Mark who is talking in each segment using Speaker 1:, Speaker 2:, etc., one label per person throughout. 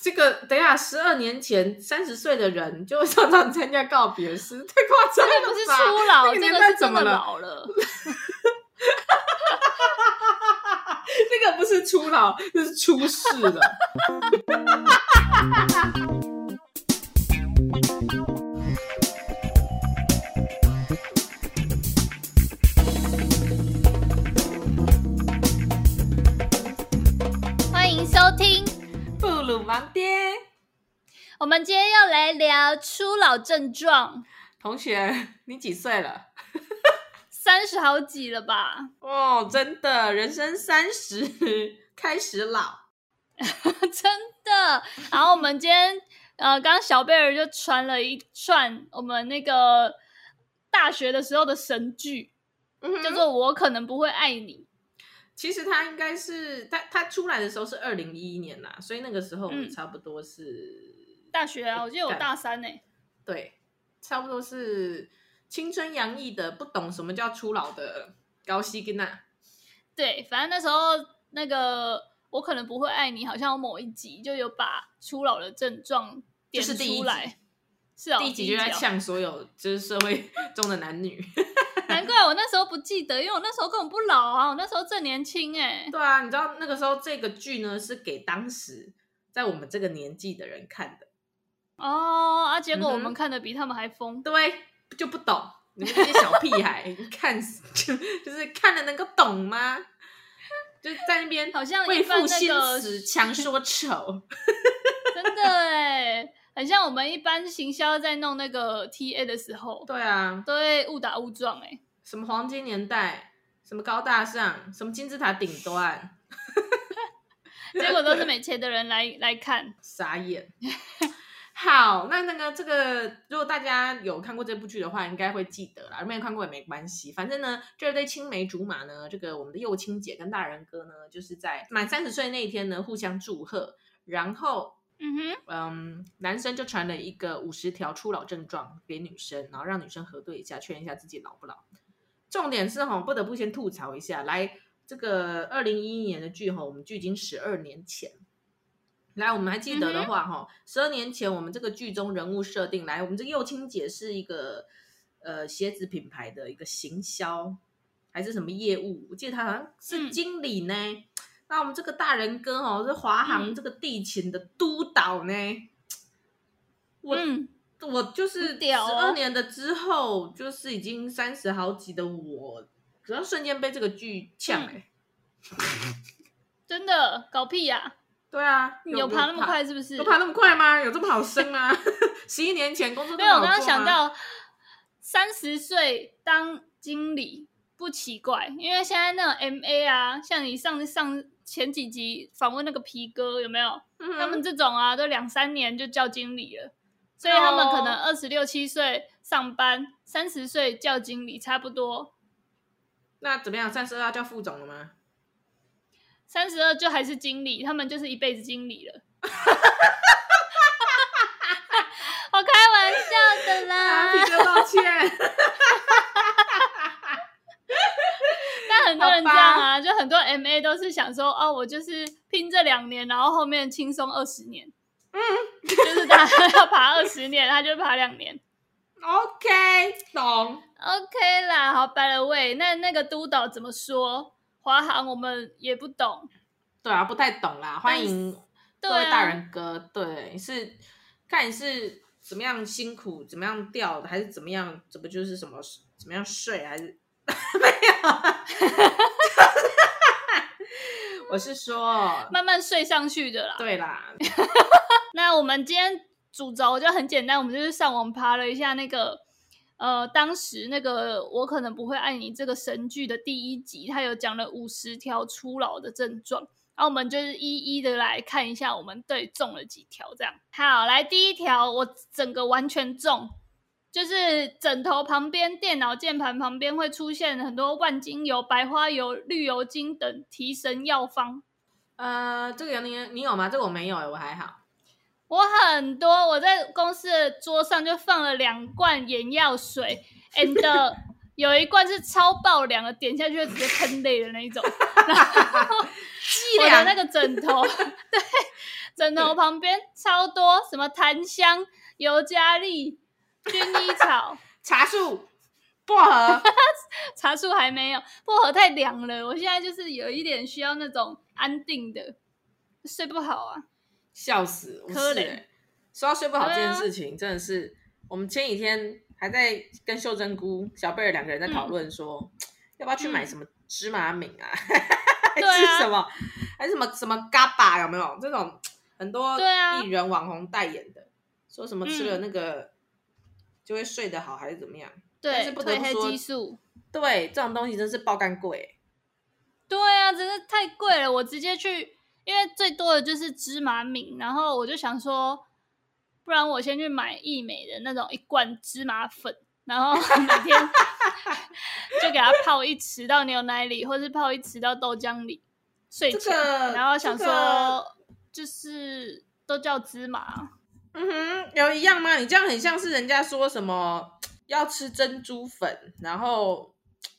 Speaker 1: 这个等一下，十二年前三十岁的人就会常常参加告别式，太夸张
Speaker 2: 这
Speaker 1: 了
Speaker 2: 不是
Speaker 1: 吧？
Speaker 2: 初老，
Speaker 1: 那个
Speaker 2: 这
Speaker 1: 年
Speaker 2: 个
Speaker 1: 代
Speaker 2: 是
Speaker 1: 怎
Speaker 2: 真
Speaker 1: 么
Speaker 2: 的
Speaker 1: 了
Speaker 2: 老了。
Speaker 1: 那个不是初老，那是出世了。
Speaker 2: 欢迎收听，
Speaker 1: 布鲁盲爹
Speaker 2: 我们今天要来聊初老症状，
Speaker 1: 同学，你几岁了？
Speaker 2: 三十好几了吧？
Speaker 1: 哦，真的，人生三十开始老。
Speaker 2: 真的。然后我们今天呃，刚刚小贝儿就传了一串我们那个大学的时候的神剧，
Speaker 1: 嗯哼
Speaker 2: 叫做《我可能不会爱你
Speaker 1: 其实他应该是他他出来的时候是二零一一年啦，所以那个时候我们
Speaker 2: 嗯
Speaker 1: 差不多是、》。
Speaker 2: 大学啊，我记得我大三呢、
Speaker 1: 对，差不多是青春洋溢的，不懂什么叫初老的高希跟娜。
Speaker 2: 对，反正那时候那个我可能不会爱你，好像有某一集就有把初老的症状
Speaker 1: 这
Speaker 2: 点
Speaker 1: 是第一集
Speaker 2: 出来。是啊，
Speaker 1: 第一集就在
Speaker 2: 哦
Speaker 1: 呛所有就是社会 中的男女。
Speaker 2: 难怪我那时候不记得，因为我那时候根本不老啊，我那时候正年轻哎、
Speaker 1: 对啊，你知道那个时候这个剧呢是给当时在我们这个年纪的人看的，
Speaker 2: 哦啊，结果我
Speaker 1: 嗯哼
Speaker 2: 们看的比他们还疯。
Speaker 1: 对，就不懂你们这些小屁孩 看就就是看了能够懂吗？就在那边
Speaker 2: 好像一
Speaker 1: 为
Speaker 2: 般
Speaker 1: 赋
Speaker 2: 那
Speaker 1: 新
Speaker 2: 个
Speaker 1: 词 强说愁。
Speaker 2: 真的哎、很像我们一般行销在弄那个 TA 的时候，
Speaker 1: 对啊，
Speaker 2: 都会误打误撞哎、
Speaker 1: 什么黄金年代，什么高大上，什么金字塔顶端，
Speaker 2: 结果都是没钱的人来来看。
Speaker 1: 傻眼。好，那那个这个，如果大家有看过这部剧的话，应该会记得啦。没有看过也没关系，反正呢，这对青梅竹马呢，这个我们的幼青姐跟大人哥呢，就是在满三十岁那一天呢，互相祝贺，然后
Speaker 2: 嗯哼，
Speaker 1: 嗯，男生就传了一个五十条初老症状给女生，然后让女生核对一下，确认一下自己老不老。重点是哈，不得不先吐槽一下，来这个二零一一年的剧哈，我们距今十二年前。来，我们还记得的话哈，十二、年前我们这个剧中人物设定，来，我们这个幼青姐是一个呃鞋子品牌的一个行销还是什么业务，我记得她好像是
Speaker 2: 嗯
Speaker 1: 经理呢。那我们这个大人哥哦，是华航
Speaker 2: 嗯
Speaker 1: 这个地勤的督导呢。我、
Speaker 2: 嗯，
Speaker 1: 我就是
Speaker 2: 很
Speaker 1: 十
Speaker 2: 屌
Speaker 1: 二
Speaker 2: 哦
Speaker 1: 年的之后，就是已经三十好几的我，只要瞬间被这个剧呛哎、
Speaker 2: 嗯真的搞屁呀、
Speaker 1: 对啊，
Speaker 2: 你有爬那么？快是不是？
Speaker 1: 有爬那么快吗？有这么好升吗？ 十一年前工作这
Speaker 2: 没
Speaker 1: 么
Speaker 2: 有，
Speaker 1: 好
Speaker 2: 我刚刚
Speaker 1: 做
Speaker 2: 想
Speaker 1: 吗，
Speaker 2: 到三十岁当经理不奇怪，因为现在那种 MA 啊，像你上上前几集访问那个皮哥有没有？
Speaker 1: 嗯
Speaker 2: 他们这种啊，都两三年就叫经理了，所以他们可能
Speaker 1: 哦
Speaker 2: 二十六七岁上班，三十岁叫经理差不多，
Speaker 1: 那怎么样？三十二要叫副总了吗？
Speaker 2: 三十二就还是经理，他们就是一辈子经 理了。 我开玩笑的啦
Speaker 1: 啊，，皮哥，抱歉。
Speaker 2: 但很多人这
Speaker 1: 好吧
Speaker 2: 样啊，就很多 MA 都是想说，哦，我就是拼这两年，然后后面轻松二十年。嗯，就是他 要爬二十年，他就爬两年。
Speaker 1: OK，懂。
Speaker 2: OK 啦，好，by the way，那那个督导怎么说？华航我们也不懂。
Speaker 1: 对啊，不太懂啦。欢迎各
Speaker 2: 对
Speaker 1: 位大
Speaker 2: 啊，
Speaker 1: 人哥，对，是看你是怎么样辛苦，怎么样掉的，还是怎么样，怎么就是什么怎么样睡，还是 没有 啊？我是说，
Speaker 2: 慢慢睡上去的啦。
Speaker 1: 对啦，
Speaker 2: 那我们今天主轴就很简单，我们就是上网爬了一下那个，呃，当时那个我可能不会爱你这个神剧的第一集，它有讲了五十条初老的症状，然后我们就是一一的来看一下我们对中了几条这样。好，来第一条，我整个完全中。就是枕头旁边、电脑键盘旁边会出现很多万金油、白花油、绿油精等提神药方。
Speaker 1: 呃，这个有你你有吗？这个我没有哎、我还好。
Speaker 2: 我很多， 我在公司的桌上就放了两罐眼药水 and 有一罐是超爆凉的，点下去就直接喷泪的那 一种。
Speaker 1: 剂
Speaker 2: 我的
Speaker 1: 量
Speaker 2: 那个枕 头，对，枕头旁边超多什么檀香、尤加利、薰衣草、
Speaker 1: 茶树、薄荷，
Speaker 2: 茶树还没有，薄荷太凉了。我现在就是有一点需要那种安定的，睡不好啊。
Speaker 1: 笑死！我
Speaker 2: 可
Speaker 1: 是、
Speaker 2: 怜
Speaker 1: 欸、说到睡不好这
Speaker 2: 对
Speaker 1: 件
Speaker 2: 啊
Speaker 1: 事情，真的是我们前几天还在跟秀珍姑、小贝尔两个人在讨论说，要不要去买
Speaker 2: 嗯
Speaker 1: 什么芝麻饼啊， 还
Speaker 2: 对
Speaker 1: 是
Speaker 2: 啊
Speaker 1: 什么，还是什么什么嘎巴有没有？这种很多
Speaker 2: 对啊嗯
Speaker 1: 艺人网红代言的，说什么吃了那个、就会睡得好，还是怎么样？但是
Speaker 2: 对，
Speaker 1: 不得
Speaker 2: 褪
Speaker 1: 不
Speaker 2: 黑
Speaker 1: 说
Speaker 2: 激素。
Speaker 1: 对，这种东西真是爆肝贵欸、
Speaker 2: 对啊，真是太贵了。我直接去，因为最多的就是芝麻饼，然后我就想说，不然我先去买益美的那种一罐芝麻粉，然后每 天就给它泡一匙到牛奶里，或是泡一匙到豆浆里睡
Speaker 1: 这
Speaker 2: 前，
Speaker 1: 个，
Speaker 2: 然后想
Speaker 1: 这
Speaker 2: 说、
Speaker 1: 个
Speaker 2: 就是都叫芝麻，
Speaker 1: 嗯哼，有一样吗？你这样很像是人家说什么要吃珍珠粉，然后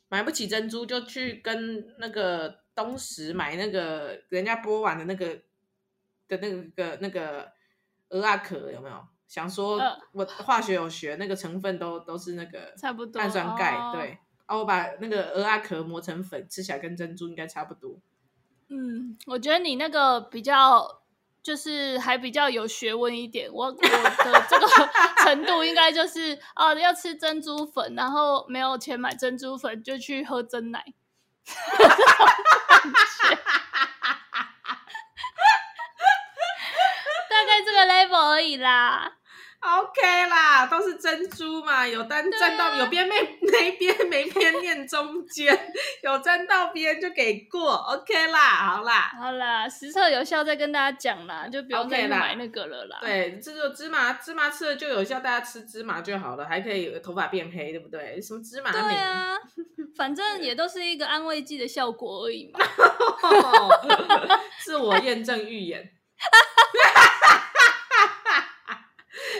Speaker 1: 买不起珍珠就去跟那个东石买那个人家剥完的那个的那个那个鹅啊壳有没有？想说
Speaker 2: 呃
Speaker 1: 我化学有学，那个成分都都是那个
Speaker 2: 差不多
Speaker 1: 碳酸钙，
Speaker 2: 哦
Speaker 1: 对。啊，我把那个鹅啊壳磨成粉，吃起来跟珍珠应该差不多。
Speaker 2: 嗯，我觉得你那个比较就是还比较有学问一点，我我的这个 程度应该就是哦，要吃珍珠粉，然后没有钱买珍珠粉就去喝真奶，大概这个 level 而已啦。
Speaker 1: OK 啦，都是珍珠嘛，有单
Speaker 2: 啊
Speaker 1: 站到、有边没没边没边念中 间，有站到边就给过，OK 啦，好啦。
Speaker 2: 好啦，实测有效再跟大家讲啦，就不用再
Speaker 1: OK
Speaker 2: 去
Speaker 1: 啦
Speaker 2: 买那个了啦。
Speaker 1: 对，啊这就芝麻，芝麻吃了就有效，大家吃芝麻就好了，还可以头发变黑，对不对？什么芝麻
Speaker 2: 对
Speaker 1: 饼？
Speaker 2: 啊，反正也都是一个安慰剂的效果而已嘛。
Speaker 1: 自我验证预言。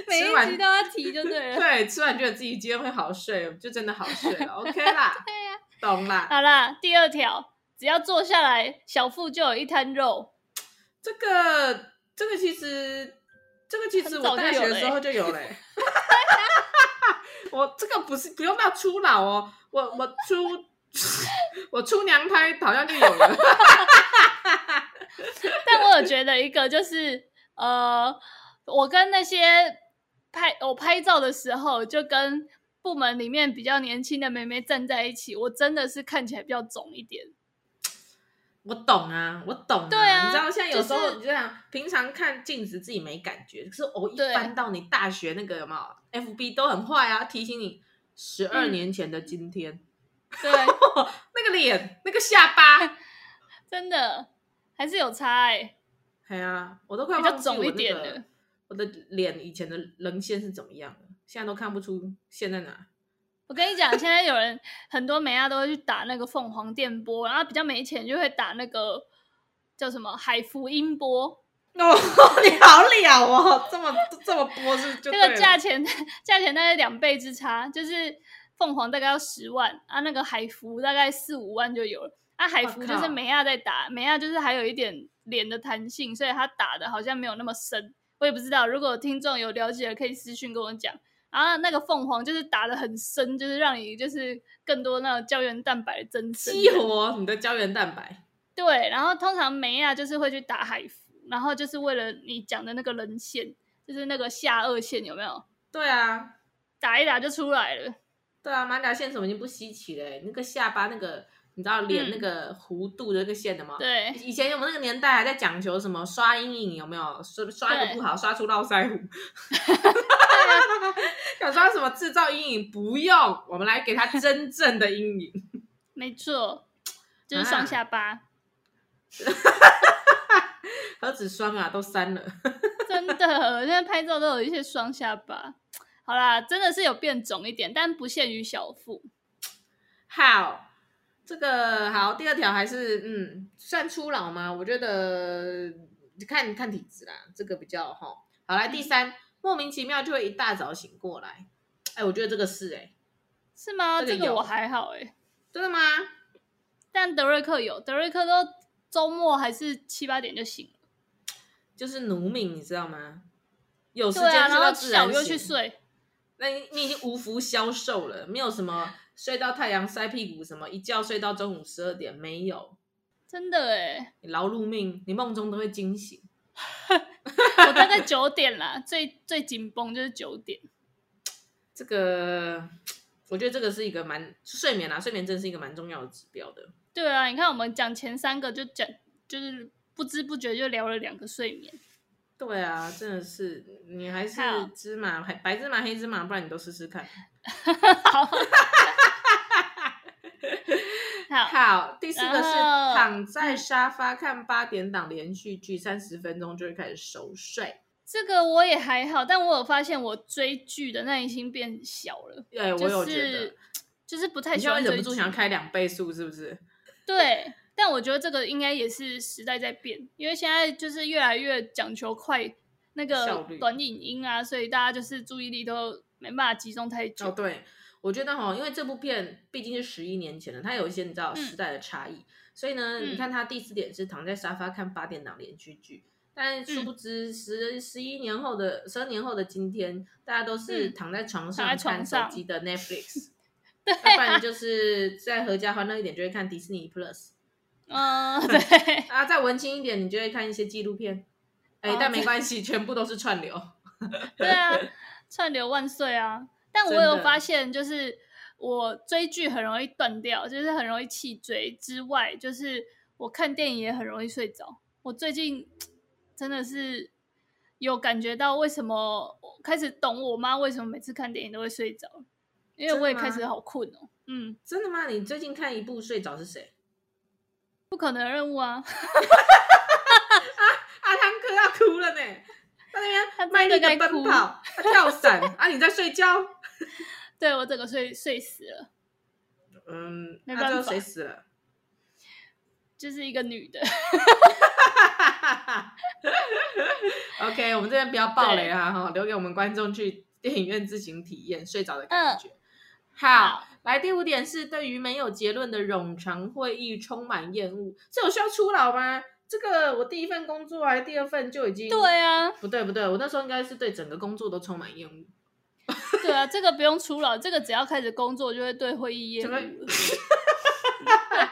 Speaker 2: 每
Speaker 1: 吃
Speaker 2: 一
Speaker 1: 完
Speaker 2: 集都要提就对了。
Speaker 1: 对，吃完觉得自己今天会好睡，就真的好睡了，OK 啦，
Speaker 2: 对啊呀、
Speaker 1: 懂啦。
Speaker 2: 好啦，第二条，只要坐下来，小腹就有一滩肉。
Speaker 1: 这个这个其实这个其实
Speaker 2: 很早
Speaker 1: 我大
Speaker 2: 就有
Speaker 1: 学
Speaker 2: 了
Speaker 1: 的时候就有 了欸、我这个不是不用到初老哦，我我出 我出娘胎好像就有了。
Speaker 2: 但我有觉得一个就是，呃，我跟那些拍我拍照的时候，就跟部门里面比较年轻的妹妹站在一起，我真的是看起来比较肿一点。
Speaker 1: 我懂啊，我懂、啊。
Speaker 2: 对啊
Speaker 1: 你知道，像有时
Speaker 2: 就
Speaker 1: 候
Speaker 2: 是
Speaker 1: 你这样，平常看镜子自己没感觉，可是我一
Speaker 2: 对
Speaker 1: 翻到你大学那个有没有 FB 都很坏啊，提醒你十二
Speaker 2: 嗯
Speaker 1: 年前的今天，
Speaker 2: 对，
Speaker 1: 那个脸，那个下巴，
Speaker 2: 真的还是有差哎、
Speaker 1: 哎呀，我都快
Speaker 2: 比较
Speaker 1: 忘记
Speaker 2: 肿
Speaker 1: 我
Speaker 2: 一
Speaker 1: 那
Speaker 2: 点
Speaker 1: 个
Speaker 2: 了
Speaker 1: 我的脸以前的棱线是怎么样的，现在都看不出线在哪。
Speaker 2: 我跟你讲，现在有人很多美亚都会去打那个凤凰电波，然后比较没钱就会打那个叫什么海福音波，
Speaker 1: 哦， 你好了哦，这么这么播是就
Speaker 2: 这
Speaker 1: 对
Speaker 2: 个
Speaker 1: 了
Speaker 2: 价钱价钱大概两倍之差，就是凤凰大概要十万啊，那个海福大概四五万就有了。啊，海
Speaker 1: 哇
Speaker 2: 福
Speaker 1: 靠
Speaker 2: 就是美亚在打，美亚就是还有一点脸的弹性，所以他打的好像没有那么深，我也不知道。如果听众有了解的，可以私讯跟我讲。然后那个凤凰就是打的很深，就是让你就是更多那种胶原蛋白的增生。
Speaker 1: 激活你的胶原蛋白。
Speaker 2: 对，然后通常梅亚就是会去打海服，然后就是为了你讲的那个人线，就是那个下颚线有没有？
Speaker 1: 对啊，
Speaker 2: 打一打就出来了。
Speaker 1: 对啊，马甲线什么已经不稀奇了，欸那个下巴那个你知道脸
Speaker 2: 嗯
Speaker 1: 那个弧度的那个线的吗？
Speaker 2: 对，
Speaker 1: 以前我们那个年代还在讲求什么刷阴影有没有？刷刷一个
Speaker 2: 对
Speaker 1: 不好，刷出络腮胡。想刷什么制造阴影？不用，我们来给它真正的阴影。
Speaker 2: 没错，就是双下巴，
Speaker 1: 啊何止双啊，都三了。
Speaker 2: 真的，现在拍照都有一些双下巴。好啦，真的是有变肿一点，但不限于小腹。
Speaker 1: 好，这个好，第二条还是嗯，算初老吗？我觉得看看体质啦，这个比较哈。好来，第三，莫名其妙就会一大早醒过来，哎，我觉得这个是哎、
Speaker 2: 是吗？
Speaker 1: 这个
Speaker 2: 这个
Speaker 1: 有
Speaker 2: 我还好哎、
Speaker 1: 真的吗？
Speaker 2: 但德瑞克有，德瑞克都周末还是七八点就醒了，
Speaker 1: 就是奴命，你知道吗？有哦时
Speaker 2: 对
Speaker 1: 间就
Speaker 2: 啊，然
Speaker 1: 要
Speaker 2: 后
Speaker 1: 自然
Speaker 2: 小又去
Speaker 1: 醒
Speaker 2: 睡，
Speaker 1: 那你你已经无福消受了，没有什么睡到太阳晒屁股，什么一觉睡到中午十二点，没有，
Speaker 2: 真的哎、
Speaker 1: 你劳碌命，你梦中都会惊醒。
Speaker 2: 我大概九点啦，最最紧绷就是九点。
Speaker 1: 这个我觉得这个是一个蛮睡眠啊，睡眠真的是一个蛮重要的指标的。
Speaker 2: 对啊，你看我们讲前三个就讲，就是不知不觉就聊了两个睡眠。
Speaker 1: 对啊，真的是你还是
Speaker 2: 好
Speaker 1: 芝麻还白芝麻黑芝麻，不然你都试试看。
Speaker 2: 好，
Speaker 1: 好，第四个是
Speaker 2: 然后嗯
Speaker 1: 躺在沙发看八点档连续剧，三十分钟就会开始熟睡。
Speaker 2: 这个我也还好，但我有发现我追剧的耐心变小了，
Speaker 1: 对，哎我
Speaker 2: 就
Speaker 1: 有觉得
Speaker 2: 是，就是不太
Speaker 1: 你
Speaker 2: 喜
Speaker 1: 就会
Speaker 2: 欢
Speaker 1: 忍
Speaker 2: 追
Speaker 1: 不
Speaker 2: 剧
Speaker 1: 住。想要开两倍速，是不是？
Speaker 2: 对，但我觉得这个应该也是时代在变，因为现在就是越来越讲求快那
Speaker 1: 效
Speaker 2: 个
Speaker 1: 率
Speaker 2: 短影音啊，所以大家就是注意力都没办法集中太久。
Speaker 1: 哦，对，我觉得哈，因为这部片毕竟是十一年前了，它有一些你知道
Speaker 2: 嗯
Speaker 1: 时代的差异，所以呢，
Speaker 2: 嗯
Speaker 1: 你看它第四点是躺在沙发看八点档连续剧，但殊
Speaker 2: 嗯
Speaker 1: 不知十十一年后的十二年后的今天，大家都是
Speaker 2: 嗯
Speaker 1: 躺在床
Speaker 2: 躺
Speaker 1: 上
Speaker 2: 在床
Speaker 1: 看手
Speaker 2: 上
Speaker 1: 机的 Netflix，
Speaker 2: 对啊
Speaker 1: 要不然就是在合家欢乐一点就会看迪士尼 Plus
Speaker 2: 嗯， 对，
Speaker 1: 啊，再文青一点你就会看一些纪录片，哎
Speaker 2: 哦，
Speaker 1: 但没
Speaker 2: 对
Speaker 1: 关系，全部都是串流。
Speaker 2: 对啊，串流万岁啊！但我
Speaker 1: 真的
Speaker 2: 有发现，就是我追剧很容易断掉，就是很容易弃追。之外，就是我看电影也很容易睡着。我最近真的是有感觉到，为什么我开始懂我妈为什么每次看电影都会睡着了，因为
Speaker 1: 真的
Speaker 2: 我也开
Speaker 1: 吗
Speaker 2: 始好困哦、嗯，
Speaker 1: 真的吗？你最近看一部睡着是谁？
Speaker 2: 不可能的任务啊！
Speaker 1: 阿汤哥要哭了呢，他那
Speaker 2: 他
Speaker 1: 边卖
Speaker 2: 真的
Speaker 1: 力的
Speaker 2: 该
Speaker 1: 奔
Speaker 2: 哭
Speaker 1: 跑，他跳 伞啊，你在睡觉？
Speaker 2: 对我整个睡睡死了，
Speaker 1: 嗯，
Speaker 2: 没
Speaker 1: 那
Speaker 2: 办
Speaker 1: 最后
Speaker 2: 法
Speaker 1: 谁死了？
Speaker 2: 就是一个女的。
Speaker 1: OK，我们这边不要暴雷啊，哈，留给我们观众去电影院自行体验睡着的感觉。
Speaker 2: 嗯
Speaker 1: 好，来第五点是对于没有结论的冗长会议充满厌恶，这有需要出老吗？这个我第一份工作还是第二份就已经
Speaker 2: 对啊，
Speaker 1: 不对不对，我那时候应该是对整个工作都充满厌恶，
Speaker 2: 对啊，这个不用出了，这个只要开始工作就会对会议厌
Speaker 1: 整
Speaker 2: 恶
Speaker 1: 个
Speaker 2: 了。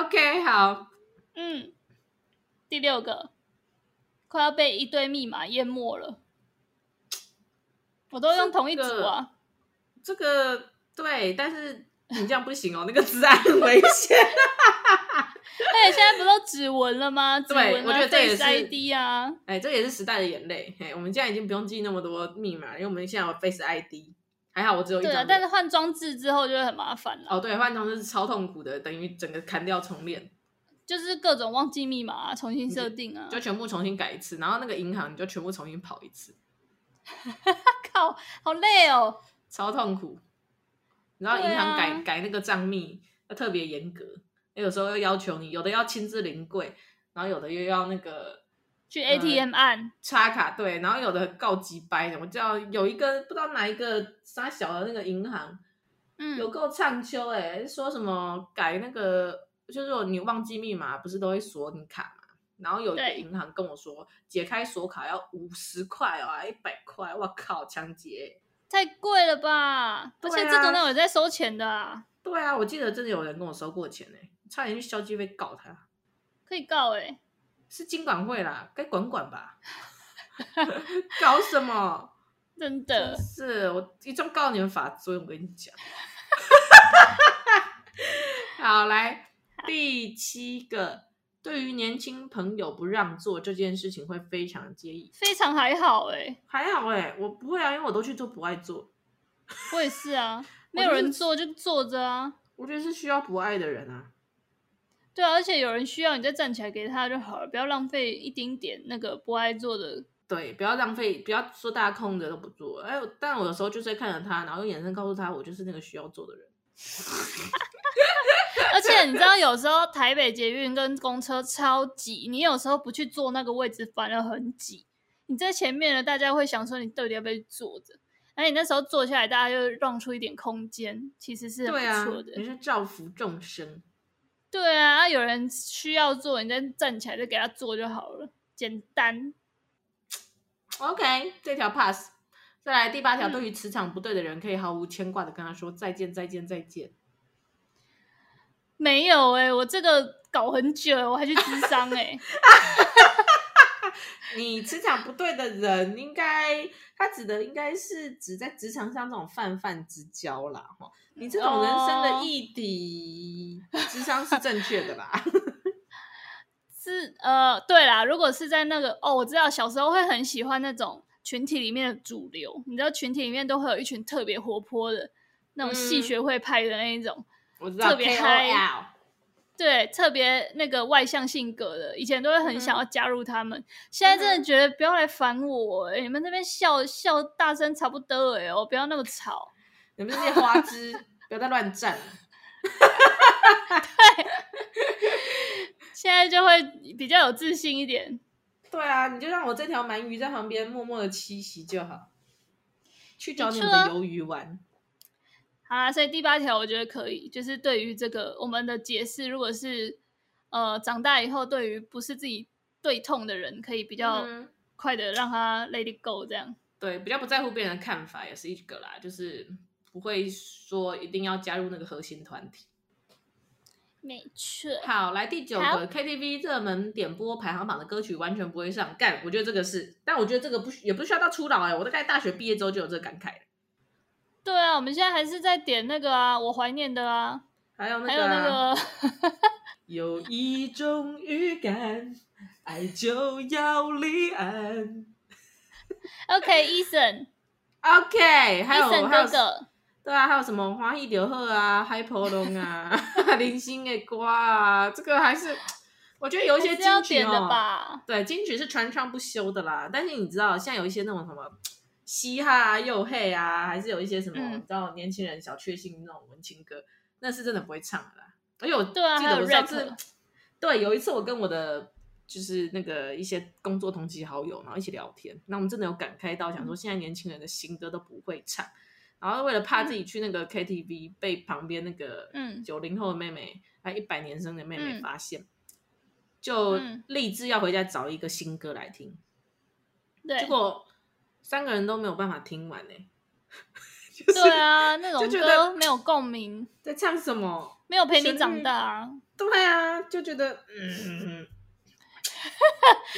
Speaker 1: OK，好，
Speaker 2: 嗯，第六个，快要被一堆密码淹没了。我都用同一组啊，
Speaker 1: 这个对，但是你这样不行哦，那个治安很危险。
Speaker 2: 而哎且现在不都指纹了吗？指
Speaker 1: 对，
Speaker 2: 纹
Speaker 1: 我觉
Speaker 2: 啊
Speaker 1: 得这也
Speaker 2: ，Face
Speaker 1: 是
Speaker 2: ID 啊，
Speaker 1: 哎，这也是时代的眼泪。嘿，我们现在已经不用记那么多密码，因为我们现在有 Face ID。还好我只有一
Speaker 2: 对
Speaker 1: 张
Speaker 2: 啊
Speaker 1: 脸。。
Speaker 2: 但是换装置之后就会很麻烦了，
Speaker 1: 哦，对，换装是超痛苦的，等于整个砍掉重练，
Speaker 2: 就是各种忘记密码啊，重新设定啊
Speaker 1: 就。全部重新改一次，然后那个银行你就全部重新跑一次，
Speaker 2: 靠，好累哦。
Speaker 1: 超痛苦。然后银
Speaker 2: 对
Speaker 1: 行
Speaker 2: 啊
Speaker 1: 改、改那个账密要特别严格，有时候要要求你，有的要亲自临柜，然后有的又要那个
Speaker 2: 去
Speaker 1: 嗯
Speaker 2: ATM 按，
Speaker 1: 插卡对，然后有的告急掰的，我知道有一个不知道哪一个傻小的那个银行有
Speaker 2: 嗯，
Speaker 1: 够唱秋哎、说什么改那个，就是如果你忘记密码，不是都会锁你卡嘛？然后有一个
Speaker 2: 对
Speaker 1: 银行跟我说，解开锁卡要五十块哦，一百块，我靠，抢劫！欸
Speaker 2: 太贵了吧？而
Speaker 1: 对
Speaker 2: 且
Speaker 1: 啊
Speaker 2: 这种那有在收钱的啊，
Speaker 1: 对啊，我记得真的有人跟我收过钱哎、差点去消基会告他，
Speaker 2: 可以告哎、
Speaker 1: 是金管会啦，该管管吧，搞什么？
Speaker 2: 真的。
Speaker 1: 是我一中告你们法尊，我跟你讲。好，来第七个，对于年轻朋友不让座这件事情会非常介意。
Speaker 2: 非常还好哎、
Speaker 1: 还好哎、我不会啊，因为我都去做不爱做，
Speaker 2: 我也是啊，没
Speaker 1: 我
Speaker 2: 有
Speaker 1: 就是
Speaker 2: 人做就坐着啊。
Speaker 1: 我觉得是需要不爱的人啊。
Speaker 2: 对啊，而且有人需要，你再站起来给他就好了，不要浪费一丁点那个不爱做的。
Speaker 1: 对，不要浪费，不要说大家空着都不做。哎，我但我有时候就是会看着他，然后用眼神告诉他，我就是那个需要做的人。
Speaker 2: 而且你知道，有时候台北捷运跟公车超挤，你有时候不去坐那个位置反而很挤。你在前面呢，大家会想说你到底要不要去坐着？而且那时候坐下来，大家就让出一点空间，其实是很
Speaker 1: 对啊
Speaker 2: 不错的，。
Speaker 1: 你是造福众生，
Speaker 2: 对啊，啊有人需要做，你再站起来再给他做就好了，简单。
Speaker 1: OK，这条 pass。再来第八条，
Speaker 2: 嗯
Speaker 1: 对于磁场不对的人，可以毫无牵挂的跟他说再见，再见，再见。
Speaker 2: 没有哎、我这个搞很久，欸我还去智商哎、
Speaker 1: 你磁场不对的人，应该他指的应该是指在职场上这种泛泛之交啦，哈。你这种人生
Speaker 2: 哦
Speaker 1: 的议题，智商是正确的啦。
Speaker 2: 是呃，对啦，如果是在那个哦，我知道小时候会很喜欢那种群体里面的主流，你知道群体里面都会有一群特别活泼的那种戏
Speaker 1: 嗯
Speaker 2: 学会派的那一种，
Speaker 1: 我知道
Speaker 2: 特别
Speaker 1: KOL，
Speaker 2: 嗨对，特别那个外向性格的，以前都会很想要加入他们，现在真的觉得不要来烦我、欸，你们那边笑笑大声差不多哎、我不要那么吵。
Speaker 1: 你们这些花枝，不要再乱站了。
Speaker 2: 现在就会比较有自信一点，
Speaker 1: 对啊，你就让我这条鳗鱼在旁边默默的栖息就好，去找
Speaker 2: 的
Speaker 1: 你们
Speaker 2: 确
Speaker 1: 的
Speaker 2: 啊
Speaker 1: 鱿鱼玩。
Speaker 2: 好啦，所以第八条我觉得可以，就是对于这个我们的解释，如果是呃长大以后，对于不是自己对痛的人，可以比较
Speaker 1: 嗯
Speaker 2: 快的让他 let it go 这样。
Speaker 1: 对，比较不在乎别人的看法也是一个啦，就是不会说一定要加入那个核心团体。
Speaker 2: 没错，
Speaker 1: 好，来第九
Speaker 2: 好
Speaker 1: 个 KTV 热门点播排行榜的歌曲完全不会上，干，我觉得这个是，但我觉得这个不需也不需要到初老哎、我大概大学毕业之后就有这个感慨了。
Speaker 2: 对啊，我们现在还是在点那个啊，我怀念的啊，
Speaker 1: 还有那个
Speaker 2: 还
Speaker 1: 啊、
Speaker 2: 有那个
Speaker 1: 有一种预感，爱就要离岸。
Speaker 2: OK Eason
Speaker 1: OK，还有
Speaker 2: Eason
Speaker 1: 还有
Speaker 2: 哥哥，
Speaker 1: 对啊，还有什么花一流鹤啊、 嗨婆龙啊、零星的瓜啊，这个还是我觉得有一些
Speaker 2: 还是要
Speaker 1: 金曲
Speaker 2: 点
Speaker 1: 哦，
Speaker 2: 的吧？
Speaker 1: 对，金曲是传唱不休的啦。但是你知道，现在有一些那种什么嘻哈啊、又黑啊，还是有一些什么，
Speaker 2: 嗯
Speaker 1: 你知道年轻人小确幸那种文青歌，那是真的不会唱的啦。而且我记
Speaker 2: 对啊还
Speaker 1: 得
Speaker 2: 有
Speaker 1: 我上次，
Speaker 2: rap
Speaker 1: 对，有一次我跟我的就是那个一些工作同级好友，然后一起聊天，那我们真的有感慨到，
Speaker 2: 嗯
Speaker 1: 想说现在年轻人的新歌都不会唱，然后为了怕自己去那个 KTV 被旁边那个
Speaker 2: 嗯
Speaker 1: 九零后的妹妹，还一百年生的妹妹
Speaker 2: 嗯
Speaker 1: 发现，就
Speaker 2: 嗯
Speaker 1: 立志要回家找一个新歌来听。
Speaker 2: 对
Speaker 1: 结果三个人都没有办法听完呢、 就是
Speaker 2: 对啊，那种
Speaker 1: 就觉得
Speaker 2: 歌没有共鸣，
Speaker 1: 在唱什么？
Speaker 2: 没有陪你
Speaker 1: 旋律
Speaker 2: 长大啊。
Speaker 1: 对啊，就觉得嗯，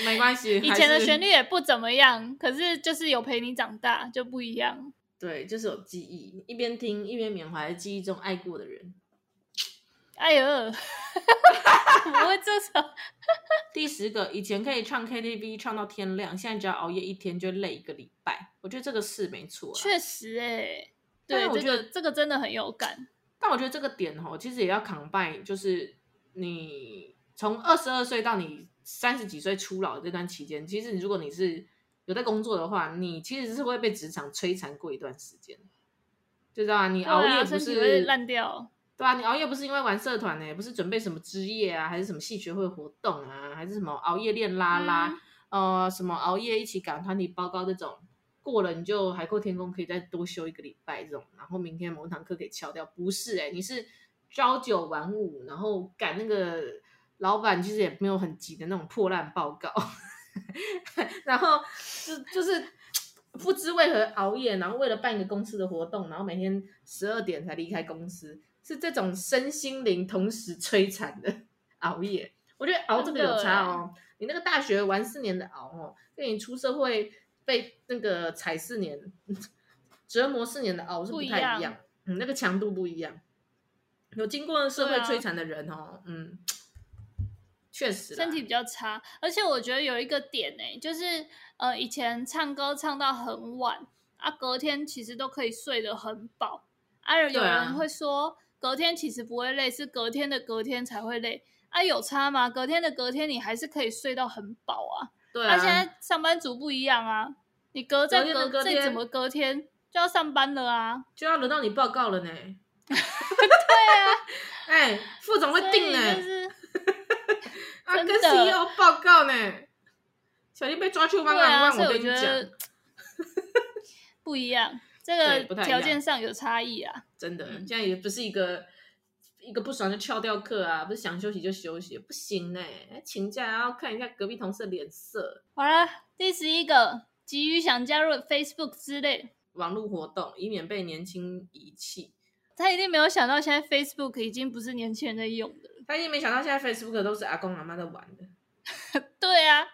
Speaker 1: 没关系，
Speaker 2: 以前的旋
Speaker 1: 律
Speaker 2: 律也不怎么样，可是就是有陪你长大就不一样。
Speaker 1: 对，就是有记忆，一边听一边缅怀记忆中爱过的人。
Speaker 2: 哎呦，怎么会这首？
Speaker 1: 第十个，以前可以唱 KTV 唱到天亮，现在只要熬夜一天就累一个礼拜。我觉得这个是没错啦，
Speaker 2: 确实哎、
Speaker 1: 但
Speaker 2: 对
Speaker 1: 是我
Speaker 2: 这
Speaker 1: 觉
Speaker 2: 个
Speaker 1: 得
Speaker 2: 这个真的很有感。
Speaker 1: 但我觉得这个点吼，其实也要 combine，就是你从二十二岁到你三十几岁初老这段期间，其实你如果你是有在工作的话，你其实是会被职场摧残过一段时间，就知道啊，你
Speaker 2: 对
Speaker 1: 熬夜
Speaker 2: 啊，
Speaker 1: 不
Speaker 2: 身
Speaker 1: 是
Speaker 2: 体会烂掉。
Speaker 1: 对啊，你熬夜不是因为玩社团呢、不是准备什么之夜啊，还是什么系学会活动啊，还是什么熬夜练啦
Speaker 2: 嗯
Speaker 1: 啦，呃，什么熬夜一起赶团体报告这种，过了你就海阔天空，可以再多休一个礼拜这种，然后明天某堂课给敲掉，不是哎、你是朝九晚五，然后赶那个老板其实也没有很急的那种破烂报告， 然后就就是不知为何熬夜，然后为了办一个公司的活动，然后每天十二点才离开公司，是这种身心灵同时摧残的熬夜。我觉得熬这个有差哦，你那个大学玩四年的熬哦，跟你出社会被那个踩四年、折磨四年的熬是不太
Speaker 2: 不
Speaker 1: 一
Speaker 2: 一
Speaker 1: 样
Speaker 2: 样，
Speaker 1: 嗯，那个强度不一样。有经过社会
Speaker 2: 对啊
Speaker 1: 摧残的人哦，嗯，确实啦
Speaker 2: 身体比较差，而且我觉得有一个点呢、就是呃，以前唱歌唱到很晚啊，隔天其实都可以睡得很饱。啊，有
Speaker 1: 对啊
Speaker 2: 人会说、隔天其实不会累，是隔天的隔天才会累。啊，有差吗？隔天的隔天你还是可以睡到很饱啊。
Speaker 1: 对
Speaker 2: 那、
Speaker 1: 啊，
Speaker 2: 现在上班族不一样啊，你隔再
Speaker 1: 隔天
Speaker 2: 隔
Speaker 1: 的隔
Speaker 2: 再
Speaker 1: 天
Speaker 2: 怎么隔天就要上班了啊。
Speaker 1: 就要轮到你报告 了呢。对啊， 哎、副总会定呢、
Speaker 2: 所以就是
Speaker 1: 啊，
Speaker 2: 真
Speaker 1: 跟
Speaker 2: 的
Speaker 1: CEO 报告呢、小心被抓去万
Speaker 2: 对
Speaker 1: 万
Speaker 2: 啊，
Speaker 1: 万，
Speaker 2: 所以
Speaker 1: 跟你
Speaker 2: 觉
Speaker 1: 讲
Speaker 2: 得，不一样。这
Speaker 1: 对不太
Speaker 2: 个
Speaker 1: 一
Speaker 2: 条
Speaker 1: 样
Speaker 2: 件上有差异啊。
Speaker 1: 真的，
Speaker 2: 嗯
Speaker 1: 这样也不是一个一个不爽就翘掉课啊，不是想休息就休息，不行呢、请假还要看一下隔壁同事的脸色。
Speaker 2: 好啦，第十一个，急于想加入 Facebook 之类，
Speaker 1: 网络活动，以免被年轻遗弃。
Speaker 2: 他一定没有想到现在 Facebook 已经不是年轻人在用的了。
Speaker 1: 他也没想到现在 Facebook 都是阿公阿妈在玩的。
Speaker 2: 对啊，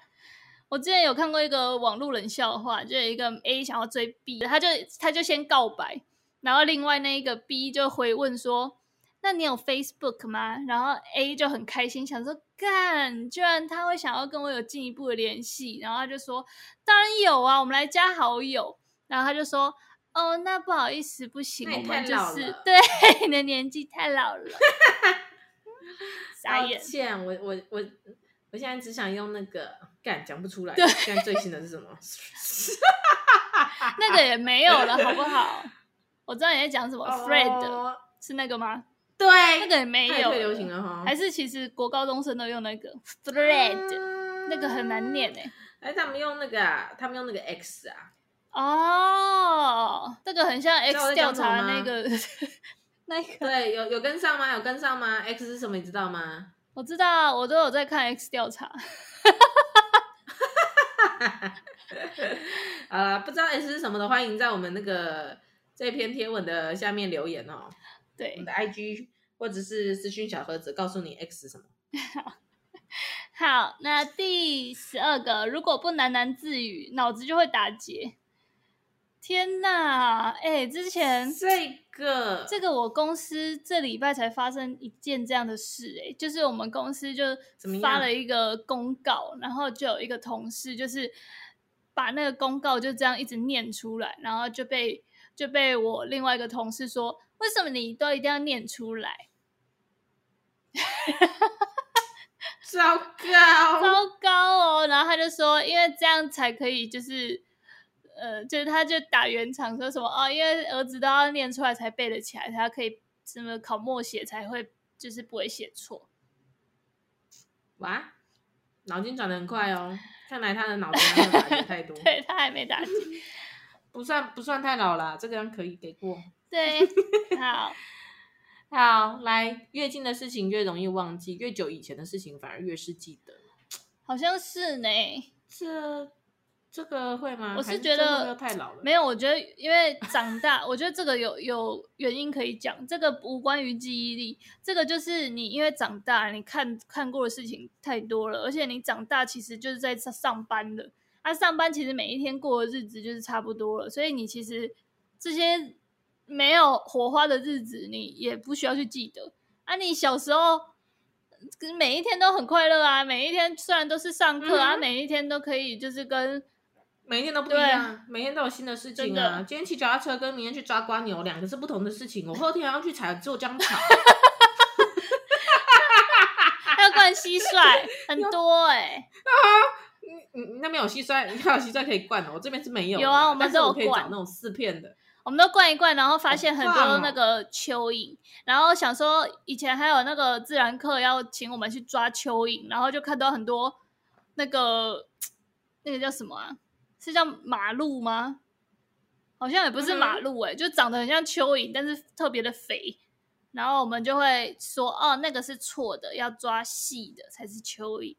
Speaker 2: 我之前有看过一个网络冷笑话，就有一个 A 想要追 B，他就他就先告白，然后另外那一个 B 就回问说：“那你有 Facebook 吗？”然后 A 就很开心，想说：“干，居然他会想要跟我有进一步的联系。”然后他就说：“当然有啊，我们来加好友。”然后他就说：“哦，那不好意思，不行，
Speaker 1: 那
Speaker 2: 我
Speaker 1: 你太
Speaker 2: 们就
Speaker 1: 老
Speaker 2: 是
Speaker 1: 了
Speaker 2: 对 你的年纪太 老了。”傻
Speaker 1: 抱
Speaker 2: 眼，
Speaker 1: 歉，我我我我现在只想用那个，干讲不出来
Speaker 2: 对。
Speaker 1: 现在最新的是什么？
Speaker 2: 那个也没有了，好不好？我知道你在讲什么，Fred、
Speaker 1: 哦
Speaker 2: 是那个吗？
Speaker 1: 对，
Speaker 2: 那个也没
Speaker 1: 太
Speaker 2: 有
Speaker 1: 退流行了啊哈。
Speaker 2: 还是其实国高中生都用那个 Fred，、那个很难念哎、
Speaker 1: 哎，他们用那个啊，他们用那个 X 啊，
Speaker 2: 哦，那个很像
Speaker 1: 知道我在
Speaker 2: X 调
Speaker 1: 讲什么
Speaker 2: 查
Speaker 1: 吗
Speaker 2: 那个 那个，
Speaker 1: 对，有有跟上吗？有跟上吗？X 是什么？你知道吗？
Speaker 2: 我知道，我都有在看 X 调查。
Speaker 1: 好啦，不知道 X 是什么的，欢迎在我们那个这篇贴文的下面留言哦，我
Speaker 2: 对
Speaker 1: 们，的 IG 或者是私讯小盒子，告诉你 X 是什么。
Speaker 2: 好，那第十二个，如果不喃喃自语，脑子就会打结。天呐，哎、之前
Speaker 1: 嗯这个
Speaker 2: 这个我公司这礼拜才发生一件这样的事、欸，就是我们公司就
Speaker 1: 怎么样
Speaker 2: 发了一个公告，然后就有一个同事就是把那个公告就这样一直念出来，然后就被就被我另外一个同事说，为什么你都一定要念出来？
Speaker 1: 糟糕，
Speaker 2: 糟糕哦！然后他就说，因为这样才可以，就是呃，就是他就打圆场说什么哦，因为儿子都要念出来才背得起来，他可以什么考默写才会，就是不会写错。
Speaker 1: 哇，脑筋转的很快哦，看来他的脑子没有打结太 多，
Speaker 2: 对他还没打结。
Speaker 1: 不算不算太老啦，这个样可以给过。
Speaker 2: 对，好，
Speaker 1: 好，来，越近的事情越容易忘记，越久以前的事情反而越是记得。
Speaker 2: 好像是呢。
Speaker 1: 这这个会吗？
Speaker 2: 我是
Speaker 1: 还这
Speaker 2: 觉
Speaker 1: 会不
Speaker 2: 得
Speaker 1: 会太老了，
Speaker 2: 没有，我觉得因为长大，我觉得这个有有原因可以讲，这个无关于记忆力，这个就是你因为长大，你看看过的事情太多了，而且你长大其实就是在上上班了。啊，上班其实每一天过的日子就是差不多了，所以你其实这些没有火花的日子，你也不需要去记得。啊，你小时候跟每一天都很快乐啊，每一天虽然都是上课
Speaker 1: 嗯
Speaker 2: 啊，
Speaker 1: 哼
Speaker 2: 每一天都可以就是跟
Speaker 1: 每一天都不一样，每天都有新的事情啊
Speaker 2: 真的。
Speaker 1: 今天骑脚踏车跟明天去抓瓜牛，两个是不同的事情。我后天还要去采做姜 草，
Speaker 2: 还有灌蟋蟀很多哎、
Speaker 1: 你你嗯那边有蟋蟀，你看有蟋蟀可以灌的，哦我这边是没有的。
Speaker 2: 有啊我们
Speaker 1: 但是
Speaker 2: 都有
Speaker 1: 我可以
Speaker 2: 灌
Speaker 1: 找那种四片的。
Speaker 2: 我们都灌一灌，然后发现很
Speaker 1: 好棒
Speaker 2: 多
Speaker 1: 哦
Speaker 2: 那个蚯蚓，然后想说以前还有那个自然课要请我们去抓蚯蚓，然后就看到很多那个那个叫什么啊？是叫马路吗？好像也不是
Speaker 1: 嗯
Speaker 2: 马路哎、就长得很像蚯蚓，但是特别的肥。然后我们就会说，哦，那个是错的，要抓细的才是蚯蚓。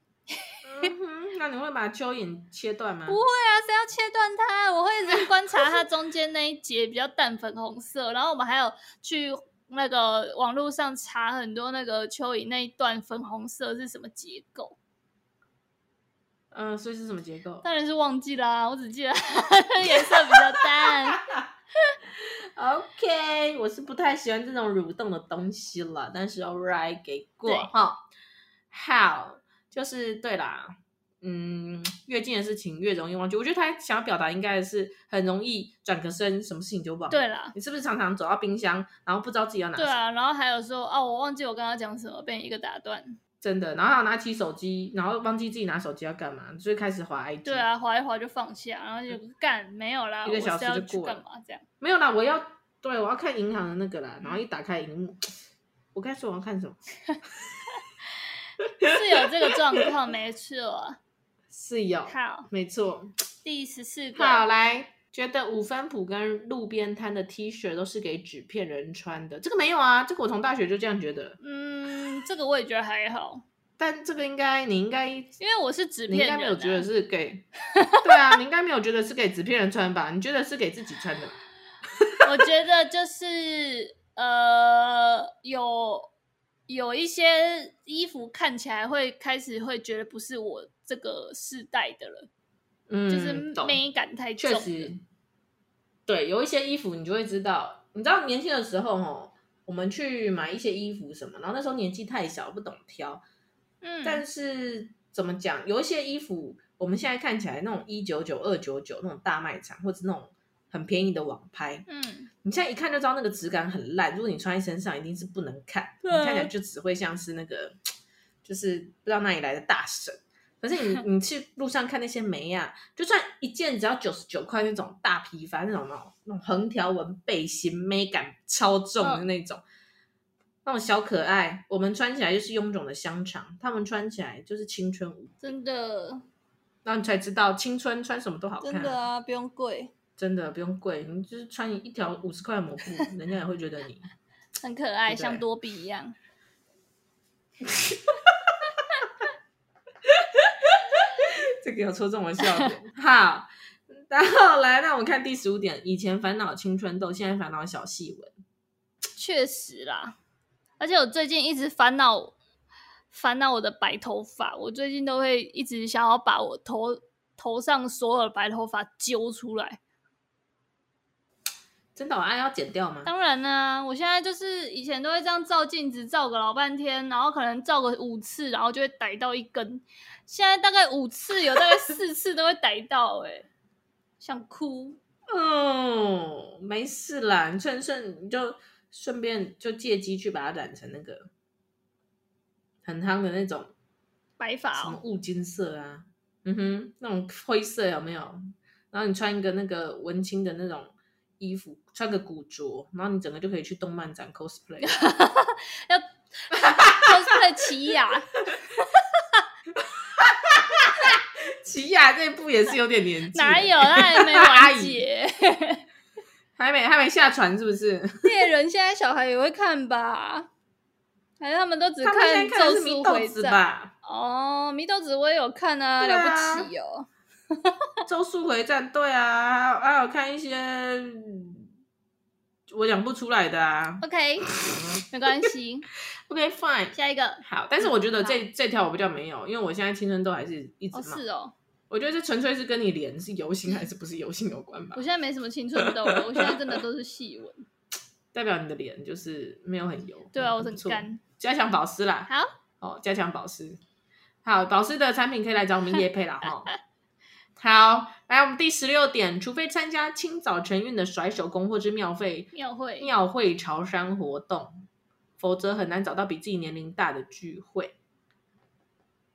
Speaker 1: 嗯哼， 那你会把蚯蚓切断吗？
Speaker 2: 不会啊，谁要切断它？啊我会一直观察它中间那一节比较淡粉红色，然后我们还有去那个网络上查很多那个蚯蚓那一段粉红色是什么结构，
Speaker 1: 嗯、所以是什么结构？
Speaker 2: 当然是忘记啦、我只记得 它的颜色比较淡。
Speaker 1: OK，我是不太喜欢这种蠕动的东西了，但是 alright 给过
Speaker 2: 对
Speaker 1: 哈。好，就是对啦，嗯，越近的事情越容易忘记。我觉得他想要表达应该是很容易转个身，什么事情就忘。
Speaker 2: 对，啦，
Speaker 1: 你是不是常常走到冰箱，然后不知道自己要拿什
Speaker 2: 对
Speaker 1: 么？
Speaker 2: 啊，然后还有说，哦，我忘记我刚刚讲什么，被你一个打断。
Speaker 1: 真的，然后还有拿起手机，然后忘记自己拿手机要干嘛，所以开始滑 IG。
Speaker 2: 对，啊，划一划就放下，然后就干没有啦，
Speaker 1: 嗯一个
Speaker 2: 我
Speaker 1: 小时
Speaker 2: 是要
Speaker 1: 就
Speaker 2: 去
Speaker 1: 过
Speaker 2: 干
Speaker 1: 了
Speaker 2: 嘛这样？
Speaker 1: 没有啦，我要对我要看银行的那个啦，然后一打开荧幕，我刚才说我要看什么？
Speaker 2: 是有这个状况，没错。
Speaker 1: 是有，
Speaker 2: 好，
Speaker 1: 没错。
Speaker 2: 第十四个，
Speaker 1: 好，来觉得五分埔跟路边摊的 T 恤都是给纸片人穿的，这个没有啊，这个我从大学就这样觉得。
Speaker 2: 嗯，这个我也觉得还好，
Speaker 1: 但这个应该你应该
Speaker 2: 因为我是纸
Speaker 1: 你应
Speaker 2: 片
Speaker 1: 该
Speaker 2: 人、啊，
Speaker 1: 没有觉得是 给，对啊，你应该没有觉得是给纸片人穿吧？你觉得是给自己穿的？
Speaker 2: 我觉得就是呃，有有一些衣服看起来会开始会觉得不是我这个世代的了，
Speaker 1: 嗯，
Speaker 2: 就是
Speaker 1: 懂
Speaker 2: 美感太重
Speaker 1: 确
Speaker 2: 了。
Speaker 1: 实，对，有一些衣服你就会知道，你知道年轻的时候哦，我们去买一些衣服什么，然后那时候年纪太小不懂挑，
Speaker 2: 嗯，
Speaker 1: 但是怎么讲，有一些衣服我们现在看起来那种一九九、二九九那种大卖场，或者那种很便宜的网拍，
Speaker 2: 嗯，
Speaker 1: 你现在一看就知道那个质感很烂，如果你穿在身上一定是不能看，你
Speaker 2: 对啊
Speaker 1: 看起来就只会像是那个，就是不知道哪里来的大神。可是你 你去路上看那些梅啊，就算一件只要九十九块那种大批发那种那种那种横条纹背心，美感超重
Speaker 2: 嗯
Speaker 1: 的那种，那种小可爱，我们穿起来就是臃肿的香肠，他们穿起来就是青春舞，
Speaker 2: 真的
Speaker 1: 然后你才知道青春穿什么都好看，
Speaker 2: 真的啊，不用贵，
Speaker 1: 真的不用贵，你就是穿一条五十块的抹布，人家也会觉得你。
Speaker 2: 很可爱，
Speaker 1: 对不对
Speaker 2: 像多比一样。
Speaker 1: 这个有戳中我笑点。 好，然后来，那我们看第十五点：以前烦恼青春痘，现在烦恼小细纹。
Speaker 2: 确实啦，而且我最近一直烦恼烦恼我的白头发，我最近都会一直想要把我头头上所有的白头发揪出来。
Speaker 1: 真的、哦，啊，要剪掉吗？
Speaker 2: 当然呢、我现在就是以前都会这样照镜子，照个老半天，然后可能照个五次，然后就会逮到一根。现在大概五次，有大概四次都会逮到、欸，想哭。
Speaker 1: 嗯，没事啦，你趁顺你就顺便就借机去把它染成那个很夯的那种
Speaker 2: 白发
Speaker 1: 什么
Speaker 2: 哦，
Speaker 1: 雾金色啊，嗯哼，那种灰色有没有？然后你穿一个那个文青的那种衣服，穿个古着，然后你整个就可以去动漫展 cosplay。
Speaker 2: 要 cosplay 奇 亚，
Speaker 1: 奇亚这部也是有点年纪了，
Speaker 2: 哪有？那还没
Speaker 1: 阿
Speaker 2: 完
Speaker 1: 姨
Speaker 2: 结。
Speaker 1: 还没还没下船是不是？
Speaker 2: 猎人现在小孩也会看吧？还是他们都只
Speaker 1: 他们现在看
Speaker 2: 咒
Speaker 1: 的是
Speaker 2: 术
Speaker 1: 祢豆
Speaker 2: 回
Speaker 1: 子
Speaker 2: 战？
Speaker 1: 吧？
Speaker 2: 哦，祢豆子我也有看啊，
Speaker 1: 对啊
Speaker 2: 了不起哦。
Speaker 1: 咒术回战，对啊，还有还有看一些嗯我讲不出来的啊。
Speaker 2: OK，没关系，
Speaker 1: OK fine，
Speaker 2: 下 一个
Speaker 1: 好，但是我觉得这这条我比较没有，因为我现在青春痘还是一直
Speaker 2: 嗯哦
Speaker 1: 冒。
Speaker 2: 是哦，
Speaker 1: 我觉得这纯粹是跟你脸是油性还是不是油性有关吧
Speaker 2: 我，现在没什么青春痘了，我现在真的都是细纹。
Speaker 1: 代表你的脸就是没有很油。
Speaker 2: 对啊，
Speaker 1: 嗯
Speaker 2: 我很
Speaker 1: 不错
Speaker 2: 干。
Speaker 1: 加强保湿啦。
Speaker 2: 好，
Speaker 1: 哦，加强保湿。好，保湿的产品可以来找我们叶配 啦哈。好，来我们第十六点，除非参加清早晨运的甩手工或是庙会
Speaker 2: 庙会
Speaker 1: 庙会潮山活动，否则很难找到比自己年龄大的聚会。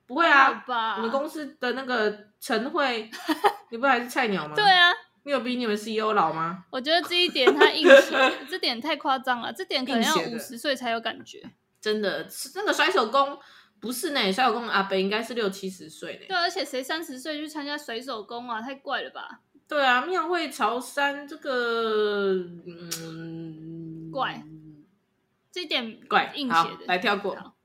Speaker 1: 不会
Speaker 2: 还
Speaker 1: 啊
Speaker 2: 好，吧？
Speaker 1: 我们公司的那个晨 会，你不还是菜鸟吗？
Speaker 2: 对，啊，
Speaker 1: 你有比你们 CEO 老吗？
Speaker 2: 我觉得这一点他硬 写，这点太夸张了，这点可能要
Speaker 1: 硬写的
Speaker 2: 五十岁才有感觉。
Speaker 1: 真的，是那个甩手工不是呢，甩手工的阿伯应该是六七十岁呢
Speaker 2: 对。啊，而且谁三十岁去参加水手工啊？太怪了吧？
Speaker 1: 对啊，庙会潮山这个，嗯，
Speaker 2: 怪这一点
Speaker 1: 怪，
Speaker 2: 硬
Speaker 1: 好
Speaker 2: 写的
Speaker 1: 来跳过
Speaker 2: 好。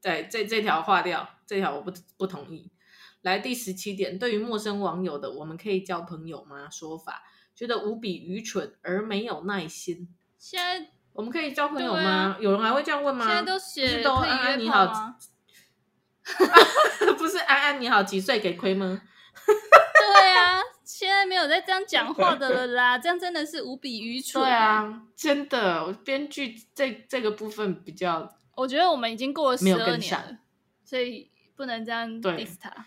Speaker 1: 对，这这条划掉，这条我不不同意。来第十七点，对于陌生网友的“我们可以交朋友吗”说法，觉得无比愚蠢而没有耐心。
Speaker 2: 现在
Speaker 1: 我们可以交朋友
Speaker 2: 对
Speaker 1: 吗
Speaker 2: 啊？
Speaker 1: 有人还会这样问吗？
Speaker 2: 现在
Speaker 1: 不
Speaker 2: 都写
Speaker 1: 是都
Speaker 2: 可
Speaker 1: 安安
Speaker 2: 以
Speaker 1: 你
Speaker 2: 约炮
Speaker 1: 好
Speaker 2: 吗？，
Speaker 1: 不是安安你好，几岁给亏吗？
Speaker 2: 对啊，现在没有在这样讲话的了啦，这样真的是无比愚蠢。欸
Speaker 1: 对，啊，真的，我编剧这这个部分比较
Speaker 2: 我觉得我们已经过了
Speaker 1: 没
Speaker 2: 十
Speaker 1: 有跟
Speaker 2: 二年
Speaker 1: 上
Speaker 2: 了，所以不能这样
Speaker 1: 对
Speaker 2: diss 他。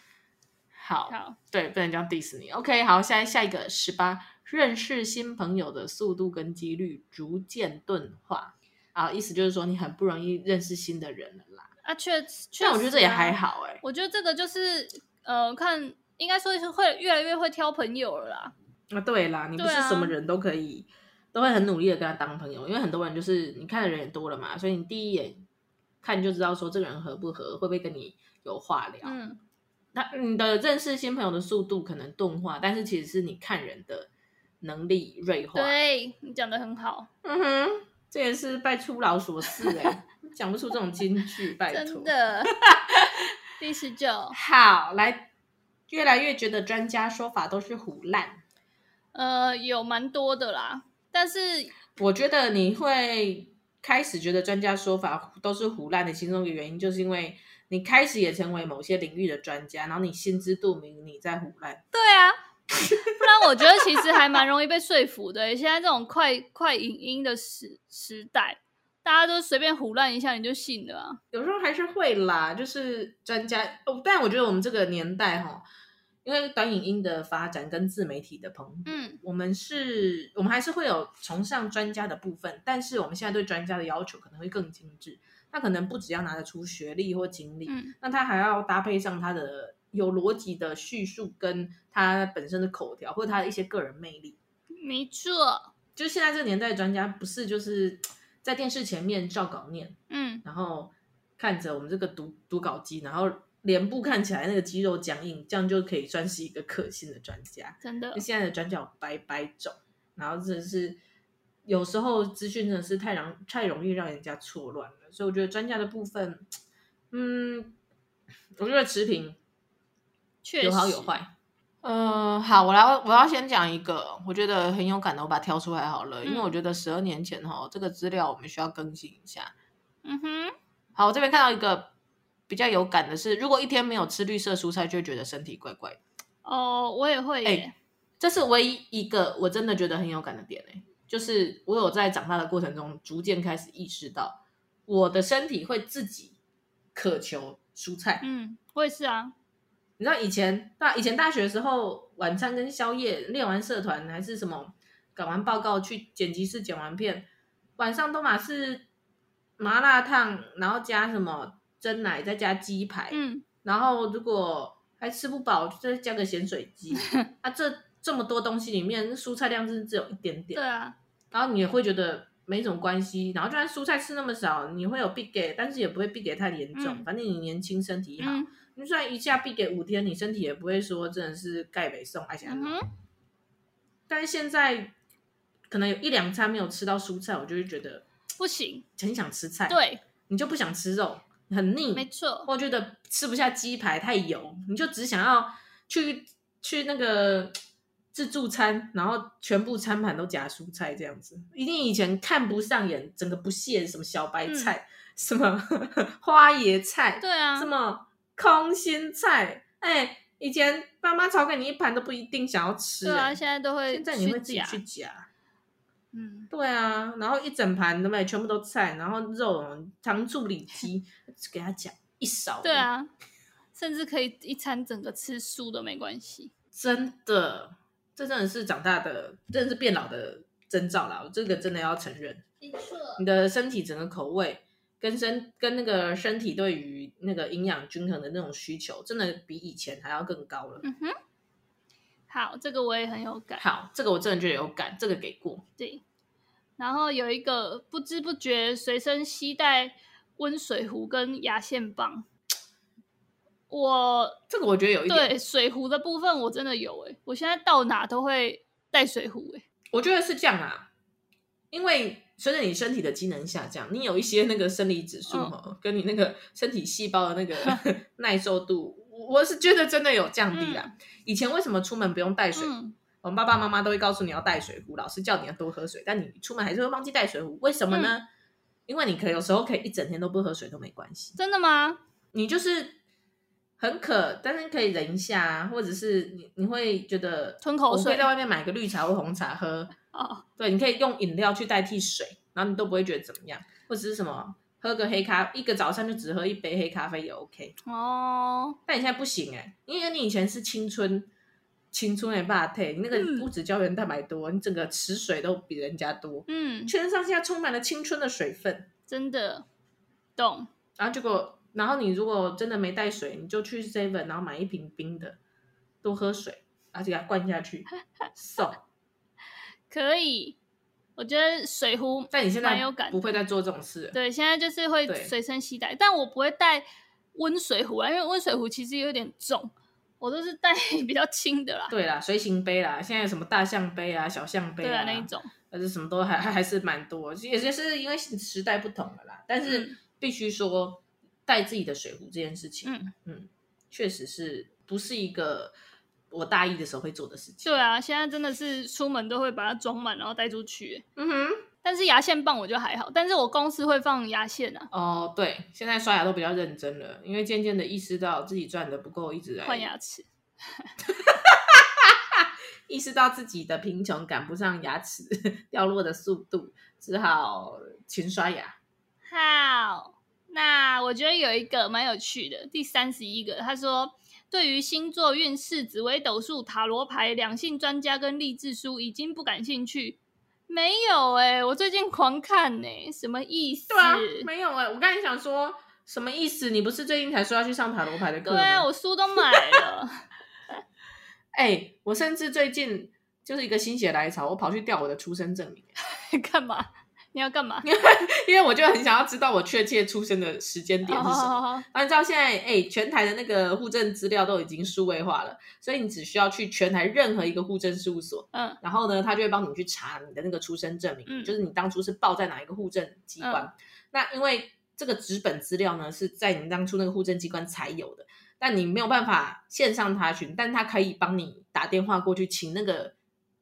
Speaker 1: 好，
Speaker 2: 好，
Speaker 1: 对，不能这样 diss 你。OK，好，下下一个十八，认识新朋友的速度跟几率逐渐钝化啊，意思就是说你很不容易认识新的人了啦。
Speaker 2: 啊，确确实、
Speaker 1: 但我觉得这也还。好哎、
Speaker 2: 我觉得这个就是呃，看应该说是会越来越会挑朋友了啦。
Speaker 1: 啊，对啦，你不是
Speaker 2: 对啊
Speaker 1: 什么人都可以，都会很努力的跟他当朋友，因为很多人就是你看的人也多了嘛，所以你第一眼看就知道说这个人合不合，会不会跟你有话聊。
Speaker 2: 嗯，
Speaker 1: 那你的认识新朋友的速度可能钝化，但是其实是你看人的能力锐化。
Speaker 2: 对你讲的很好，
Speaker 1: 嗯哼，这也是拜粗老所赐哎、讲不出这种金句，拜托。
Speaker 2: 真 的。哦第十九，
Speaker 1: 好，来，越来越觉得专家说法都是胡烂。
Speaker 2: 呃，有蛮多的啦，但是
Speaker 1: 我觉得你会开始觉得专家说法都是胡烂的其中一个原因，就是因为你开始也成为某些领域的专家，然后你心知肚明你在胡烂。
Speaker 2: 对啊，不然我觉得其实还蛮容易被说服的欸。现在这种快快影音的时时代，大家都随便胡乱一下你就信了啊。
Speaker 1: 有时候还是会啦，就是专家哦，但我觉得我们这个年代哈，因为短影音的发展跟自媒体的蓬勃，
Speaker 2: 嗯，
Speaker 1: 我们是，我们还是会有崇尚专家的部分，但是我们现在对专家的要求可能会更精致。那可能不只要拿得出学历或经历，
Speaker 2: 嗯
Speaker 1: 那他还要搭配上他的有逻辑的叙述，跟他本身的口条或者他的一些个人魅力。
Speaker 2: 没错，
Speaker 1: 就现在这个年代，的专家不是就是在电视前面照稿念，
Speaker 2: 嗯，
Speaker 1: 然后看着我们这个读读稿机，然后脸部看起来那个肌肉僵硬，这样就可以算是一个可信的专家。
Speaker 2: 真的
Speaker 1: 那，现在的转角百百种，然后真的是有时候资讯真的是太让太容易让人家错乱了，所以我觉得专家的部分，嗯，我觉得持平
Speaker 2: 确实
Speaker 1: 有好有。坏。嗯、好，我来，我要先讲一个，我觉得很有感的，我把它挑出来好了，因为
Speaker 2: 嗯
Speaker 1: 我觉得十二年前哈，这个资料我们需要更新一下。
Speaker 2: 嗯哼，
Speaker 1: 好，我这边看到一个比较有感的是，如果一天没有吃绿色蔬菜，就会觉得身体怪怪的。
Speaker 2: 哦，我也会耶。
Speaker 1: 哎这是唯一一个我真的觉得很有感的点诶、欸就是我有在长大的过程中，逐渐开始意识到我的身体会自己渴求蔬菜。
Speaker 2: 嗯，我也是啊。
Speaker 1: 你知道以前大以前大学的时候，晚餐跟宵夜练完社团还是什么，赶完报告去剪辑室剪完片，晚上都嘛是麻辣烫，然后加什么蒸奶，再加鸡排，
Speaker 2: 嗯，
Speaker 1: 然后如果还吃不饱，就再加个咸水 鸡。啊，这这么多东西里面，蔬菜量真是只有一点
Speaker 2: 对
Speaker 1: 点，
Speaker 2: 啊，
Speaker 1: 然后你也会觉得没什么关系。然后就算蔬菜吃那么少，你会有必给，但是也不会必给太严重。
Speaker 2: 嗯
Speaker 1: 反正你年轻身体好，
Speaker 2: 嗯
Speaker 1: 你虽然一下必给五天，你身体也不会说真的是钙北送爱想
Speaker 2: 嗯哼，
Speaker 1: 但是现在可能有一两餐没有吃到蔬菜，我就会觉得
Speaker 2: 不行，
Speaker 1: 很想吃菜，
Speaker 2: 对，
Speaker 1: 你就不想吃肉，很腻，
Speaker 2: 没错，
Speaker 1: 或觉得吃不下鸡排太油，你就只想要去去那个自助餐，然后全部餐盘都夹蔬菜这样子。一定以前看不上眼，整个不屑什么小白菜、什么 花椰菜、
Speaker 2: 嗯对啊
Speaker 1: 什，么空心菜，哎、以前妈妈炒给你一盘都不一定想要吃、
Speaker 2: 对啊，
Speaker 1: 哎
Speaker 2: 现在都会
Speaker 1: 现在你会自
Speaker 2: 去
Speaker 1: 己
Speaker 2: 夹
Speaker 1: 去。夹。
Speaker 2: 嗯，
Speaker 1: 对啊，然后一整盘对不对？全部都菜，然后肉、糖醋里 脊，给它夹一勺。
Speaker 2: 对啊，甚至可以一餐整个吃素都没关系。
Speaker 1: 真的，这真的是长大的，真的是变老的征兆啦。我这个真的要承认，
Speaker 2: 没错，
Speaker 1: 你的身体整个口味跟身跟那个身体对于那个营养均衡的那种需求，真的比以前还要更高了。
Speaker 2: 嗯哼，好，这个我也很有感。
Speaker 1: 好，这个我真的觉得有感，这个给过。
Speaker 2: 对，然后有一个不知不觉随身携带温水壶跟牙线棒。我
Speaker 1: 这个我觉得有一点，
Speaker 2: 对水壶的部分我真的有诶、欸我现在到哪都会带水壶欸诶、
Speaker 1: 我觉得是这样啊，因为随着你身体的机能下降，你有一些那个生理指数
Speaker 2: 嗯
Speaker 1: 哦，跟你那个身体细胞的那 个 耐受度，我我是觉得真的有降低啦。以前为什么出门不用带水？
Speaker 2: 嗯，
Speaker 1: 我们爸爸妈妈都会告诉你要带水壶，老师叫你要多喝水，但你出门还是会忘记带水壶，为什么呢？
Speaker 2: 嗯
Speaker 1: 因为你可有时候可以一整天都不喝水都没关系，
Speaker 2: 真的吗？
Speaker 1: 你就是很渴，但是可以忍一下啊，或者是你你会觉得
Speaker 2: 吞口水
Speaker 1: 我可以在外面买个绿茶或红茶喝，
Speaker 2: 哦，
Speaker 1: 对，你可以用饮料去代替水，然后你都不会觉得怎么样，或者是什么喝个黑咖，一个早上就只喝一杯黑咖啡也 OK。
Speaker 2: 哦，
Speaker 1: 但你现在不行哎、因为你以前是青春，青春的霸体，你那
Speaker 2: 嗯
Speaker 1: 个不止胶原蛋白多，你整个吃水都比人家多，
Speaker 2: 嗯，
Speaker 1: 全身上下充满了青春的水分。
Speaker 2: 真的懂，
Speaker 1: 然后结果，然后你如果真的没带水，你就去 Seven，然后买一瓶冰的，多喝水，而且给它灌下 去，送。
Speaker 2: 可以。我觉得水壶
Speaker 1: 但你现
Speaker 2: 蛮
Speaker 1: 在
Speaker 2: 有感
Speaker 1: 不会再做这种事了，
Speaker 2: 对，现在就是会
Speaker 1: 对
Speaker 2: 随身携带，但我不会带温水壶啊，因为温水壶其实有点重，我都是带 比较轻的啦，
Speaker 1: 对啦，随行杯啦，现在有什么大象杯啊、小象杯
Speaker 2: 对啊那一种。
Speaker 1: 还是什么都还还还是蛮多，也就是因为时代不同了啦。但是必须说，带自己的水壶这件事情，
Speaker 2: 嗯
Speaker 1: 嗯，确实是不是一个我大一的时候会做的事情。
Speaker 2: 对啊，现在真的是出门都会把它装满，然后带出去。
Speaker 1: 嗯哼，
Speaker 2: 但是牙线棒我就还好，但是我公司会放牙线啊，
Speaker 1: 哦，对，现在刷牙都比较认真了，因为渐渐的意识到自己赚的不够，一直来
Speaker 2: 换牙齿。
Speaker 1: 意识到自己的贫穷赶不上牙齿 掉落的速度，只好勤刷牙。
Speaker 2: 好，那我觉得有一个蛮有趣的，第三十一个，他说对于星座运势、紫微斗数、塔罗牌、两性专家跟励志书已经不感兴趣。没有哎、我最近狂看呢、什么意思？
Speaker 1: 对啊，没有哎、我刚才想说什么意思？你不是最近才说要去上塔罗牌的课
Speaker 2: 对
Speaker 1: 吗？
Speaker 2: 啊，我书都买了。
Speaker 1: 哎、我甚至最近就是一个心血来潮，我跑去调我的出生证明，欸
Speaker 2: 干嘛？你要干嘛？
Speaker 1: 因为我就很想要知道我确切出生的时间点是什么。
Speaker 2: 哦
Speaker 1: 按照现在，哎、全台的那个户政资料都已经数位化了，所以你只需要去全台任何一个户政事务所，
Speaker 2: 嗯
Speaker 1: 然后呢，他就会帮你去查你的那个出生证明，
Speaker 2: 嗯
Speaker 1: 就是你当初是报在哪一个户政机关。那因为这个纸本资料呢是在你当初那个户政机关才有的，但你没有办法线上查询，但他可以帮你打电话过去，请那个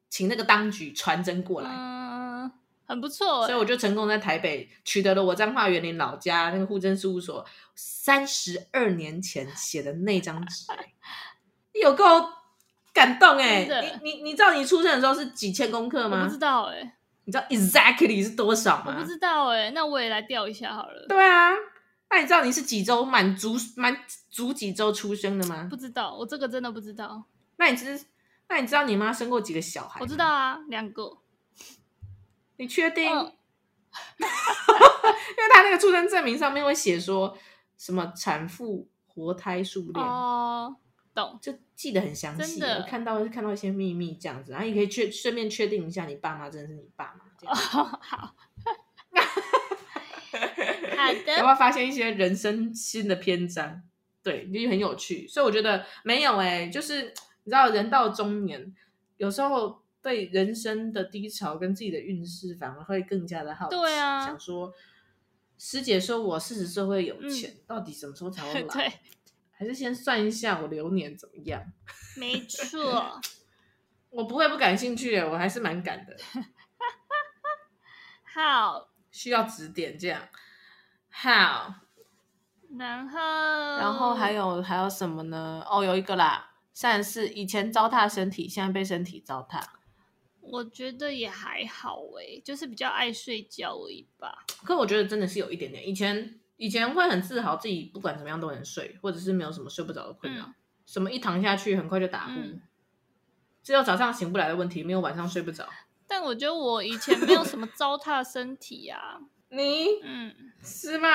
Speaker 1: 请那个当局传真过来。
Speaker 2: 嗯，很不错、
Speaker 1: 所以
Speaker 2: 欸。
Speaker 1: 我就成功在台北取得了我彰化园林老家那个户政事务所三十二年前写的那张 纸，有够感动哎、
Speaker 2: 真的
Speaker 1: 你你你知道你出生的时候是几千功课
Speaker 2: 我不
Speaker 1: 吗
Speaker 2: 知？道哎、欸，
Speaker 1: 你知道 exactly 是多少
Speaker 2: 我不
Speaker 1: 吗？
Speaker 2: 知道哎、那我也来调一下好了。
Speaker 1: 对啊，那你知道你是几周满足满足几周出生的吗
Speaker 2: 不？知道，我这个真的不知道。
Speaker 1: 那你知那你知道你妈生过几个小孩？
Speaker 2: 我知，道啊，两个。
Speaker 1: 你确定？
Speaker 2: 嗯，
Speaker 1: 因为他那个出生证明上面会写说什么产妇活胎数量。
Speaker 2: 哦，懂。
Speaker 1: 就记得很详细，
Speaker 2: 真的
Speaker 1: 我看到是看到一些秘密这样子，然后也可以确顺便确定一下你爸妈真的是你爸妈这样，
Speaker 2: 好。好
Speaker 1: 然
Speaker 2: 的，
Speaker 1: 后发现一些人生新的篇章，对，就很有趣。所以我觉得没有哎、就是你知道人到中年，有时候对人生的低潮跟自己的运势反而会更加的好奇，
Speaker 2: 对啊
Speaker 1: 想说师姐说我四十岁会有钱，到底什么时候才会老？
Speaker 2: 嗯 对，
Speaker 1: 还是先算一下我流年怎么样？
Speaker 2: 没错。
Speaker 1: 我不会不感兴趣、欸，我还是蛮敢的。
Speaker 2: 好，
Speaker 1: 需要指点这样。好，
Speaker 2: 然后，
Speaker 1: 然
Speaker 2: 然
Speaker 1: 后还有还有什么呢？哦，有一个啦，善事以前糟蹋身体，现在被身体糟蹋。
Speaker 2: 我觉得也还好诶、就是比较爱睡觉而已吧。
Speaker 1: 可我觉得真的是有一点点，以前以前会很自豪自己不管怎么样都能睡，或者是没有什么睡不着的困扰，
Speaker 2: 嗯
Speaker 1: 什么一躺下去很快就打呼，
Speaker 2: 嗯
Speaker 1: 只有早上醒不来的问题，没有晚上睡不着。
Speaker 2: 但我觉得我以前没有什么糟蹋身体 啊，
Speaker 1: 你
Speaker 2: 嗯，
Speaker 1: 是吗？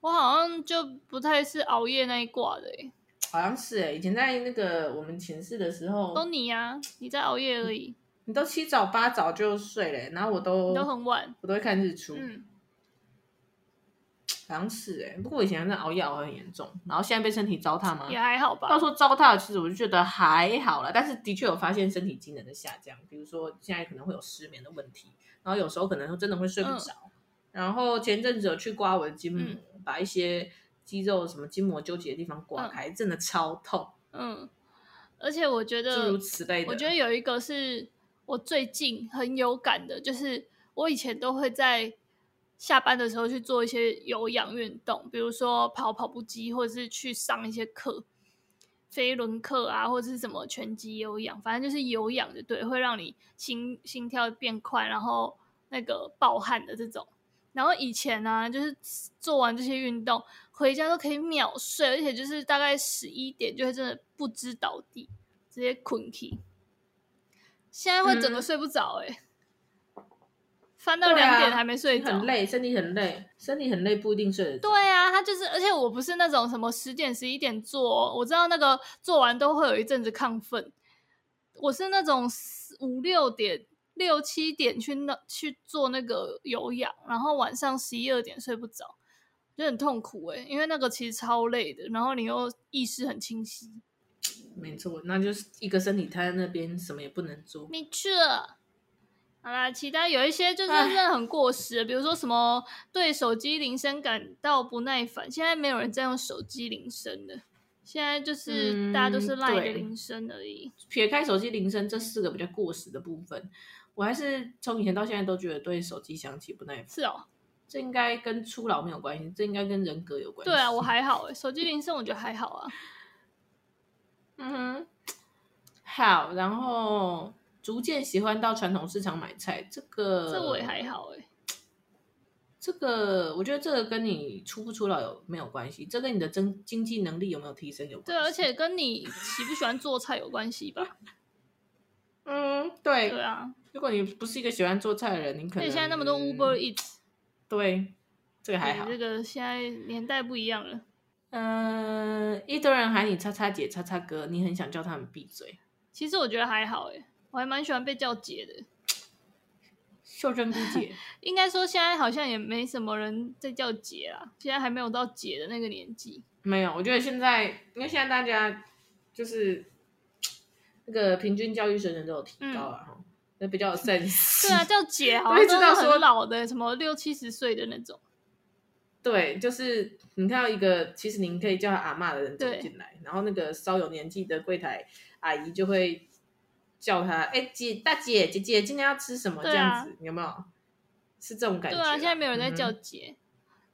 Speaker 2: 我好像就不太是熬夜那一挂的、欸。
Speaker 1: 好像是哎、以前在那个我们寝室的时候，
Speaker 2: 都你呀、你在熬夜而已，
Speaker 1: 你都七早八早就睡嘞、然后我都
Speaker 2: 你都很晚。
Speaker 1: 我都会看日出，
Speaker 2: 嗯，
Speaker 1: 好像是哎、不过我以前真的熬夜熬得很严重，然后现在被身体糟蹋嘛
Speaker 2: 也。还好啊吧
Speaker 1: 嗯到。说糟蹋，其实我就觉得还好啦，但是的确有发现身体机能的下降，比如说现在可能会有失眠的问题，然后有时候可能真的会睡不
Speaker 2: 嗯
Speaker 1: 着。然后前阵子有去刮我的筋膜，
Speaker 2: 嗯
Speaker 1: 把一些肌肉什么筋膜纠结的地方刮开，真的超痛，
Speaker 2: 嗯，而且我觉
Speaker 1: 诸
Speaker 2: 得
Speaker 1: 如，此类的。
Speaker 2: 我觉得有一个是我最近很有感的，就是我以前都会在下班的时候去做一些有氧运动，比如说跑跑步机，或者是去上一些课，飞轮课啊，或者是什么拳击有氧，反正就是有氧的，对，会让你心心跳变快，然后那个暴汗的这种。然后以前呢、就是做完这些运动回家都可以秒睡，而且就是大概十一点就会真的不知倒地，直接困起。现在会整个
Speaker 1: 嗯
Speaker 2: 睡不着哎、欸翻到
Speaker 1: 对啊
Speaker 2: 两点还没睡着，
Speaker 1: 很累，身体很累，身体很累不一定睡得着。
Speaker 2: 对啊，他就是，而且我不是那种什么十点十一点做哦，我知道那个做完都会有一阵子亢奋，我是那种四五六点、六七点去那去做那个有氧，然后晚上十一二点睡不着，欸就很痛苦诶、因为那个其实超累的，然后你又意识很清晰，
Speaker 1: 没错，那就是一个身体瘫在那边，什么也不能做。
Speaker 2: 没错。好啦，其他有一些就是
Speaker 1: 唉
Speaker 2: 真的很过时，比如说什么对手机铃声感到不耐烦，现在没有人在用手机铃声了，现在就是
Speaker 1: 嗯
Speaker 2: 大家都是赖的
Speaker 1: 对
Speaker 2: 铃声而已。
Speaker 1: 撇开手机铃声这四个比较过时的部分，我还是从以前到现在都觉得对手机响起不耐烦。
Speaker 2: 是哦，
Speaker 1: 这应该跟初老没有关系，这应该跟人格有关系。
Speaker 2: 对啊，我还好哎、手机铃声我觉得还好啊。
Speaker 1: 嗯哼，好，然后逐渐喜欢到传统市场买菜，这个
Speaker 2: 这我也还。好哎、
Speaker 1: 这个我觉得这个跟你出不出老有没有关系，这跟你的经经济能力有没有提升有关系。
Speaker 2: 对，啊而且跟你喜不喜欢做菜有关系吧？
Speaker 1: 嗯，对，
Speaker 2: 对啊，
Speaker 1: 如果你不是一个喜欢做菜的人，你可
Speaker 2: 而
Speaker 1: 能
Speaker 2: 且现在那么多 Uber Eats，
Speaker 1: 对，这个还
Speaker 2: 你
Speaker 1: 好。
Speaker 2: 这个现在年代不一样了。
Speaker 1: 嗯、一堆人喊你叉叉姐、叉叉哥，你很想叫他们闭 嘴。
Speaker 2: 其实我觉得还好哎、我还蛮喜欢被叫姐的。
Speaker 1: 袖珍姑姐，
Speaker 2: 应该说现在好像也没什么人在叫姐啦，现在还没有到姐的那个年纪。
Speaker 1: 没有，我觉得现在，因为现在大家就是那个平均教育水准都有提高了哈，那、比较有 sense。
Speaker 2: 嗯对啊，叫姐好
Speaker 1: 都会
Speaker 2: 像
Speaker 1: 知
Speaker 2: 都
Speaker 1: 道
Speaker 2: 是
Speaker 1: 说
Speaker 2: 很老的，什么六七十岁的那种。
Speaker 1: 对，就是你看到一个其实您可以叫他阿嬷的人走
Speaker 2: 对
Speaker 1: 进来，然后那个稍有年纪的柜台阿姨就会叫他，哎姐大姐姐姐今天要吃什么、
Speaker 2: 对
Speaker 1: 这
Speaker 2: 啊
Speaker 1: 样子，有没有？是这种感
Speaker 2: 对
Speaker 1: 觉。
Speaker 2: 啊，现在没有人在叫
Speaker 1: 嗯
Speaker 2: 姐，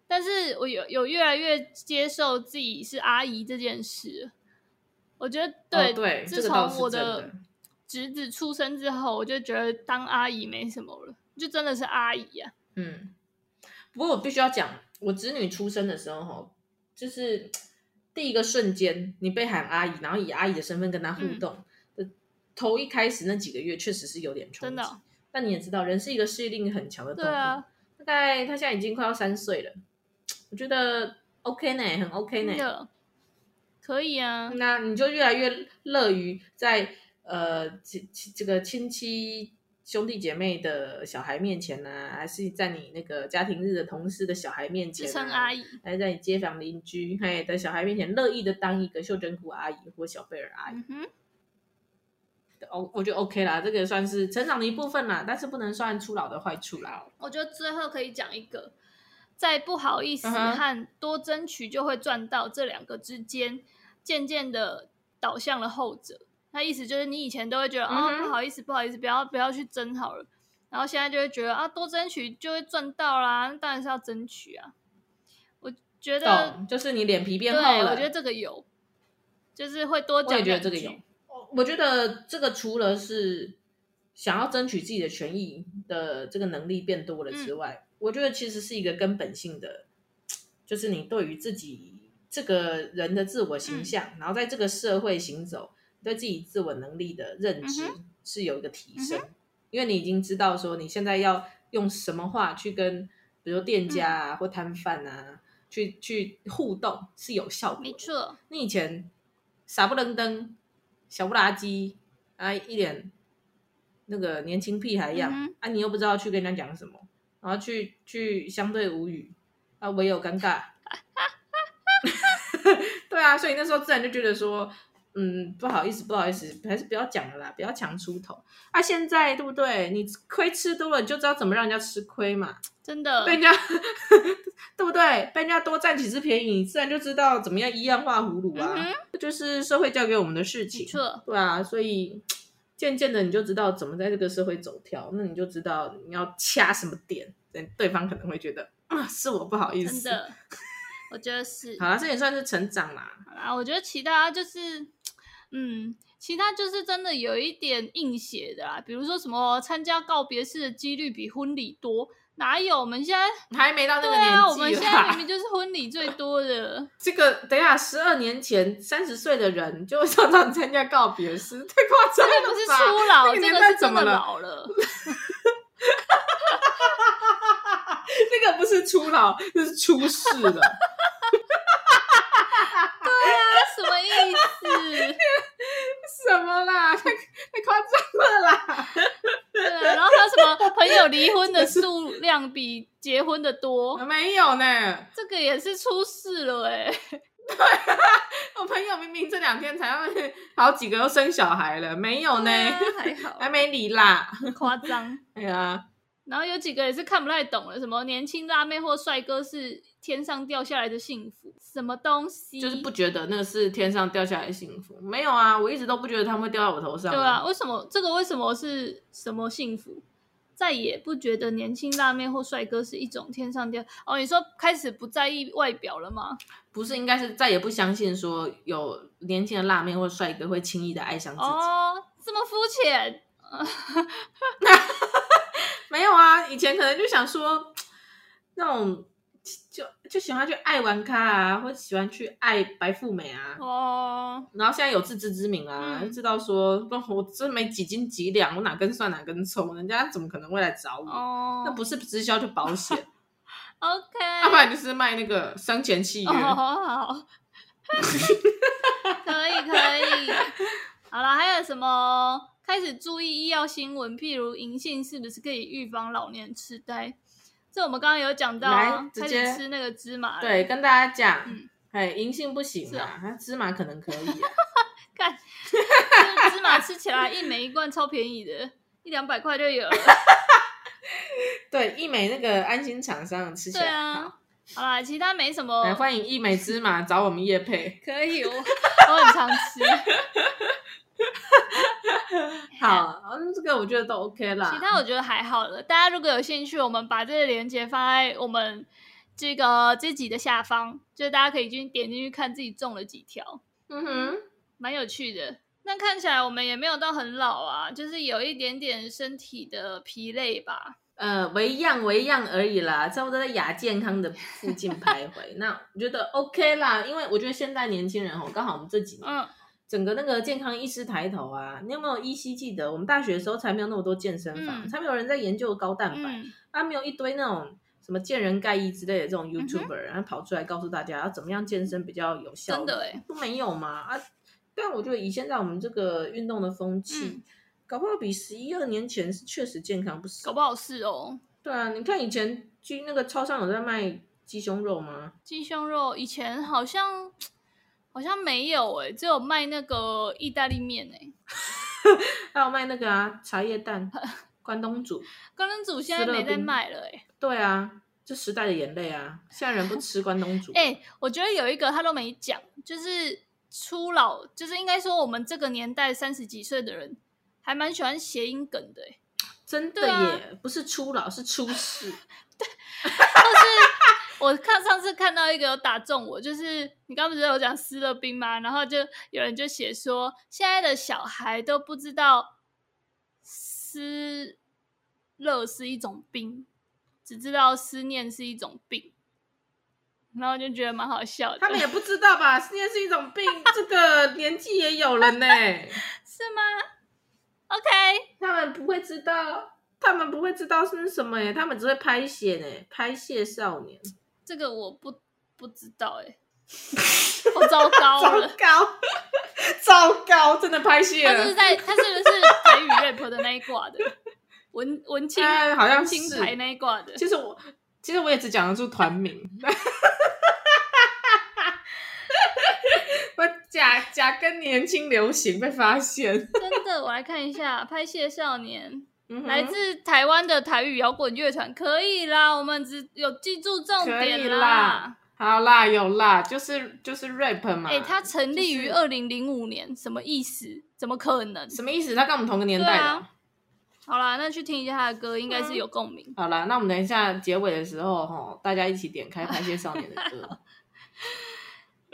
Speaker 2: 但是我有有越来越接受自己是阿姨这件事了。我觉得对、
Speaker 1: 哦对
Speaker 2: 自
Speaker 1: 这个倒
Speaker 2: 从
Speaker 1: 是
Speaker 2: 我
Speaker 1: 真
Speaker 2: 的
Speaker 1: 的
Speaker 2: 侄子出生之后，我就觉得当阿姨没什么了，就真的是阿姨啊。
Speaker 1: 嗯，不过我必须要讲，我侄女出生的时候，哈，就是第一个瞬间，你被喊阿姨，然后以阿姨的身份跟她
Speaker 2: 嗯
Speaker 1: 互动，呃头一开始那几个月确实是有点冲
Speaker 2: 真
Speaker 1: 击。
Speaker 2: 的哦
Speaker 1: 但你也知道，人是一个适应力很强的动
Speaker 2: 对
Speaker 1: 物。
Speaker 2: 啊，
Speaker 1: 大概她现在已经快要三岁了，我觉得 OK 呢，很 OK
Speaker 2: 真
Speaker 1: 呢。
Speaker 2: 的可以啊。
Speaker 1: 那你就越来越乐于在呃这这个亲戚兄弟姐妹的小孩面前呢、啊还是在你那个家庭日的同事的小孩面前、
Speaker 2: 自
Speaker 1: 啊，
Speaker 2: 称阿姨，
Speaker 1: 还是在你街坊邻居嘿的小孩面前，乐意的当一个袖珍菇阿姨或小贝尔阿姨，
Speaker 2: 嗯哼，
Speaker 1: 哦，我觉得 OK 啦，这个算是成长的一部分啦，但是不能算初老的坏处啦。
Speaker 2: 我觉得最后可以讲一个，在不好意思
Speaker 1: 嗯哼
Speaker 2: 和多争取就会赚到这两个之间，渐渐的导向了后者。那意思就是，你以前都会觉得、
Speaker 1: 嗯
Speaker 2: 啊，
Speaker 1: 哼
Speaker 2: 不好意思，不好意思，不要不要去争好了。然后现在就会觉得啊，多争取就会赚到啦，那当然是要争取啊。我觉得，
Speaker 1: 懂，就是你脸皮哦变
Speaker 2: 对，
Speaker 1: 厚了。
Speaker 2: 我觉得这个有，就是会多
Speaker 1: 我
Speaker 2: 讲
Speaker 1: 也觉得
Speaker 2: 两
Speaker 1: 这个
Speaker 2: 句
Speaker 1: 有。我我觉得这个除了是想要争取自己的权益的这个能力变多了
Speaker 2: 嗯
Speaker 1: 之外，我觉得其实是一个根本性的，就是你对于自己这个人的自我
Speaker 2: 嗯
Speaker 1: 形象，然后在这个社会行走，对自己自我能力的认知
Speaker 2: 嗯
Speaker 1: 是有一个提升，因为你已经知道说你现在要用什么话去跟，比如说店家
Speaker 2: 嗯
Speaker 1: 啊、或摊贩啊。去去互动是有效果的
Speaker 2: 没，错，
Speaker 1: 你以前傻不愣登、小不拉几啊，一脸那个年轻屁孩一样、
Speaker 2: 嗯哼
Speaker 1: 啊，你又不知道去跟人家讲什么，然后去去相对无语啊，唯有尴尬。 对啊，所以那时候自然就觉得说，嗯，不好意思，不好意思，还是不要讲了啦，不要强出头啊。现在对不对？你亏吃多了，你就知道怎么让人家吃亏嘛。
Speaker 2: 真的
Speaker 1: 被，人家 对不对？被人家多占几次便宜，你自然就知道怎么样一样画葫芦啊。
Speaker 2: 嗯哼
Speaker 1: 这就是社会教给我们的事
Speaker 2: 没
Speaker 1: 情，
Speaker 2: 错，
Speaker 1: 对啊。所以渐渐的你就知道怎么在这个社会走跳，那你就知道你要掐什么点，对对方可能会觉得啊是我不好意
Speaker 2: 真
Speaker 1: 思。
Speaker 2: 的，我觉 得是。
Speaker 1: 好啦，这也算是成长啦。
Speaker 2: 好啦，我觉得其他就是，嗯，其他就是真的有一点硬写的啦，比如说什么参加告别式的几率比婚礼多，哪有？我们现在
Speaker 1: 还没到那
Speaker 2: 对
Speaker 1: 个年纪啦。
Speaker 2: 啊，我们现在明明就是婚礼最多的，
Speaker 1: 这个等一下，十二年前三十岁的人就会常常参加告别式，太夸张
Speaker 2: 这
Speaker 1: 了吧？
Speaker 2: 不是初老，
Speaker 1: 那个
Speaker 2: 这
Speaker 1: 年
Speaker 2: 个
Speaker 1: 代
Speaker 2: 是
Speaker 1: 怎
Speaker 2: 真
Speaker 1: 么
Speaker 2: 的
Speaker 1: 了？
Speaker 2: 老了。
Speaker 1: 这个不是初老，这是出事了。
Speaker 2: 啊什么意思？
Speaker 1: 什么啦？太太夸张了啦！
Speaker 2: 对啊，然后还有什 么朋友离婚的数量比结婚
Speaker 1: 嗯
Speaker 2: 的多，
Speaker 1: 没有呢，
Speaker 2: 欸这个也是出事了哎、
Speaker 1: 我我朋友明明这两天才要好几个都生小孩了，没有呢，
Speaker 2: 对啊还好，
Speaker 1: 还没离啦。
Speaker 2: 夸张。
Speaker 1: 哎呀，
Speaker 2: 然后有几个也是看不太懂了，什么年轻辣妹或帅哥是天上掉下来的幸福，什么东西？
Speaker 1: 就是不觉得那个是天上掉下来的幸福，没有啊，我一直都不觉得他们会掉到我头上。
Speaker 2: 对啊，，为什么这个为什么是什么幸福？再也不觉得年轻辣妹或帅哥是一种天上掉哦。你说开始不在意外表了吗？
Speaker 1: 不是应该是再也不相信说有年轻的辣妹或帅哥会轻易的爱上自己。
Speaker 2: 哦，这么肤浅，
Speaker 1: 没有啊，以前可能就想说那种就就喜欢去爱玩咖啊，或喜欢去爱白富美啊。
Speaker 2: 哦，
Speaker 1: 然后现在有自知之明啊，
Speaker 2: 嗯
Speaker 1: 知道说不我真没几斤几两，我哪根蒜哪根葱，人家怎么可能会来找我？
Speaker 2: 哦，
Speaker 1: 那不是啊直销就保险，
Speaker 2: OK，
Speaker 1: 要不然就是卖那个生前契约。
Speaker 2: 哦，好好，可以可以。好了，还有什么？开始注意医药新闻，譬如银杏是不是可以预防老年痴呆？这我们刚刚有讲到、啊
Speaker 1: 来，直
Speaker 2: 开
Speaker 1: 接
Speaker 2: 始吃那个芝麻了，
Speaker 1: 对，跟大家讲
Speaker 2: 嗯，
Speaker 1: 哎、银杏不行
Speaker 2: 是
Speaker 1: 啊，它芝麻可能可以、啊。
Speaker 2: 干，芝麻吃起来一枚一罐超便宜的，一两百块就有 了。
Speaker 1: 对，一美那个安心厂商吃起
Speaker 2: 对
Speaker 1: 来。
Speaker 2: 啊，好啦，其他没什
Speaker 1: 来
Speaker 2: 么，
Speaker 1: 欢迎一美芝麻找我们叶 配。
Speaker 2: 可以，我我很常吃。
Speaker 1: 好，嗯，这个我觉得都 OK 啦。
Speaker 2: 其他我觉得还好了。大家如果有兴趣，我们把这个链接放在我们这个这集的下方，就是大家可以去点进去看自己中了几条，
Speaker 1: 嗯哼，
Speaker 2: 蛮有趣的。那看起来我们也没有到很老啊，就是有一点点身体的疲累吧。
Speaker 1: 呃，为样为样而已啦，差不多在亚健康的附近徘 徊。那我觉得 OK 啦，因为我觉得现在年轻人哦，刚好我们这几年、
Speaker 2: 嗯，
Speaker 1: 整个那个健康意识抬头啊，你有没有依稀记得我们大学的时候才没有那么多健身房，
Speaker 2: 嗯
Speaker 1: 才没有人在研究高蛋白，
Speaker 2: 嗯，
Speaker 1: 啊，没有一堆那种什么见人盖伊之类的这种 YouTuber，、然后跑出来告诉大家要怎么样健身比较有效，
Speaker 2: 真的哎、
Speaker 1: 都没有嘛啊！但我觉得以现在我们这个运动的风气，
Speaker 2: 嗯
Speaker 1: 搞不好比十一二年前是确实健康不
Speaker 2: 搞
Speaker 1: 少。
Speaker 2: 不好是哦。
Speaker 1: 对啊，你看以前去那个超商有在卖鸡胸肉吗？
Speaker 2: 鸡胸肉以前好像好像没有哎、只有卖那个意大利面哎、
Speaker 1: 还有卖那个啊茶叶 蛋、关东煮。
Speaker 2: 关东煮现在没
Speaker 1: 斯乐
Speaker 2: 在
Speaker 1: 冰
Speaker 2: 卖了哎、
Speaker 1: 对啊，这时代的眼泪啊！现在人不吃关东煮，
Speaker 2: 哎、我觉得有一个他都没讲，就是初老，就是应该说我们这个年代三十几岁的人，还蛮喜欢谐音梗的、欸，
Speaker 1: 真的
Speaker 2: 对啊
Speaker 1: 耶，不是初老是出世。
Speaker 2: 我看上次看到一个有打中我，就是你刚不是有讲斯乐冰吗？然后就有人就写说，现在的小孩都不知道思乐是一种病，只知道思念是一种病，然后就觉得蛮好笑的。
Speaker 1: 他们也不知道吧？现在是一种病，这个年纪也有了呢。
Speaker 2: 是吗？OK。
Speaker 1: 他们不会知道，他们不会知道是什么耶，他们只会拍写呢，拍写少年，
Speaker 2: 这个我不不知道哎、我糟糕了。
Speaker 1: 糕， 糟糕，真的拍写
Speaker 2: 他是不是
Speaker 1: 了，
Speaker 2: 在他是不是台语 rap 的那一挂的文文青、
Speaker 1: 哎，好像
Speaker 2: 文
Speaker 1: 是
Speaker 2: 青。台那一挂 的？
Speaker 1: 其实我，其实我也只讲得出团 名，我假假跟年轻流行被发现，
Speaker 2: 真的，我来看一下《拍戏少年》
Speaker 1: 嗯哼
Speaker 2: 来自台湾的台语摇滚乐团，可以啦，我们只有记住重
Speaker 1: 可以
Speaker 2: 点
Speaker 1: 啦。好啦，有啦，就是就是 rap 嘛。
Speaker 2: 哎、它成立于
Speaker 1: 就
Speaker 2: 二零零五年，什么意思？怎么可能？
Speaker 1: 什么意思？他跟我们同个年代
Speaker 2: 对
Speaker 1: 的哦。
Speaker 2: 啊好啦，那去听一下他的歌，应该是
Speaker 1: 嗯
Speaker 2: 有共鸣。
Speaker 1: 好啦，那我们等一下结尾的时候，哈，大家一起点开《拍些少年》的 歌。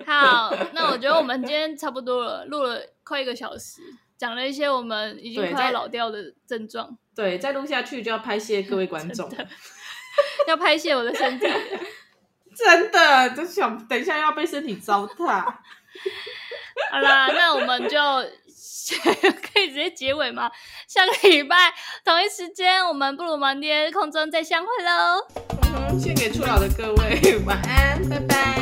Speaker 2: 好，那我觉得我们今天差不多了，录了快一个小时，讲了一些我们已经
Speaker 1: 对
Speaker 2: 快要
Speaker 1: 在
Speaker 2: 老掉的症状，
Speaker 1: 对，再录下去就要拍谢各位观众，
Speaker 2: 真要拍谢我的身体。
Speaker 1: 真的，就想等一下要被身体糟蹋。
Speaker 2: 好啦，那我们就 可以直接结尾吗？下个礼拜同一时间，我们布鲁蒙爹空中再相会喽。
Speaker 1: 嗯献给初老的各位，晚安，拜拜。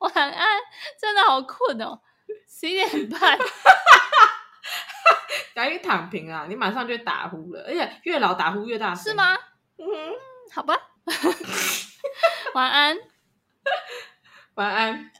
Speaker 2: 晚安，真的好困哦，十一点半。
Speaker 1: 赶紧躺平啊，你马上就会打呼了，而且越老打呼越大声，
Speaker 2: 是？吗？
Speaker 1: 嗯哼。
Speaker 2: 好吧。 晚安。
Speaker 1: 晚安。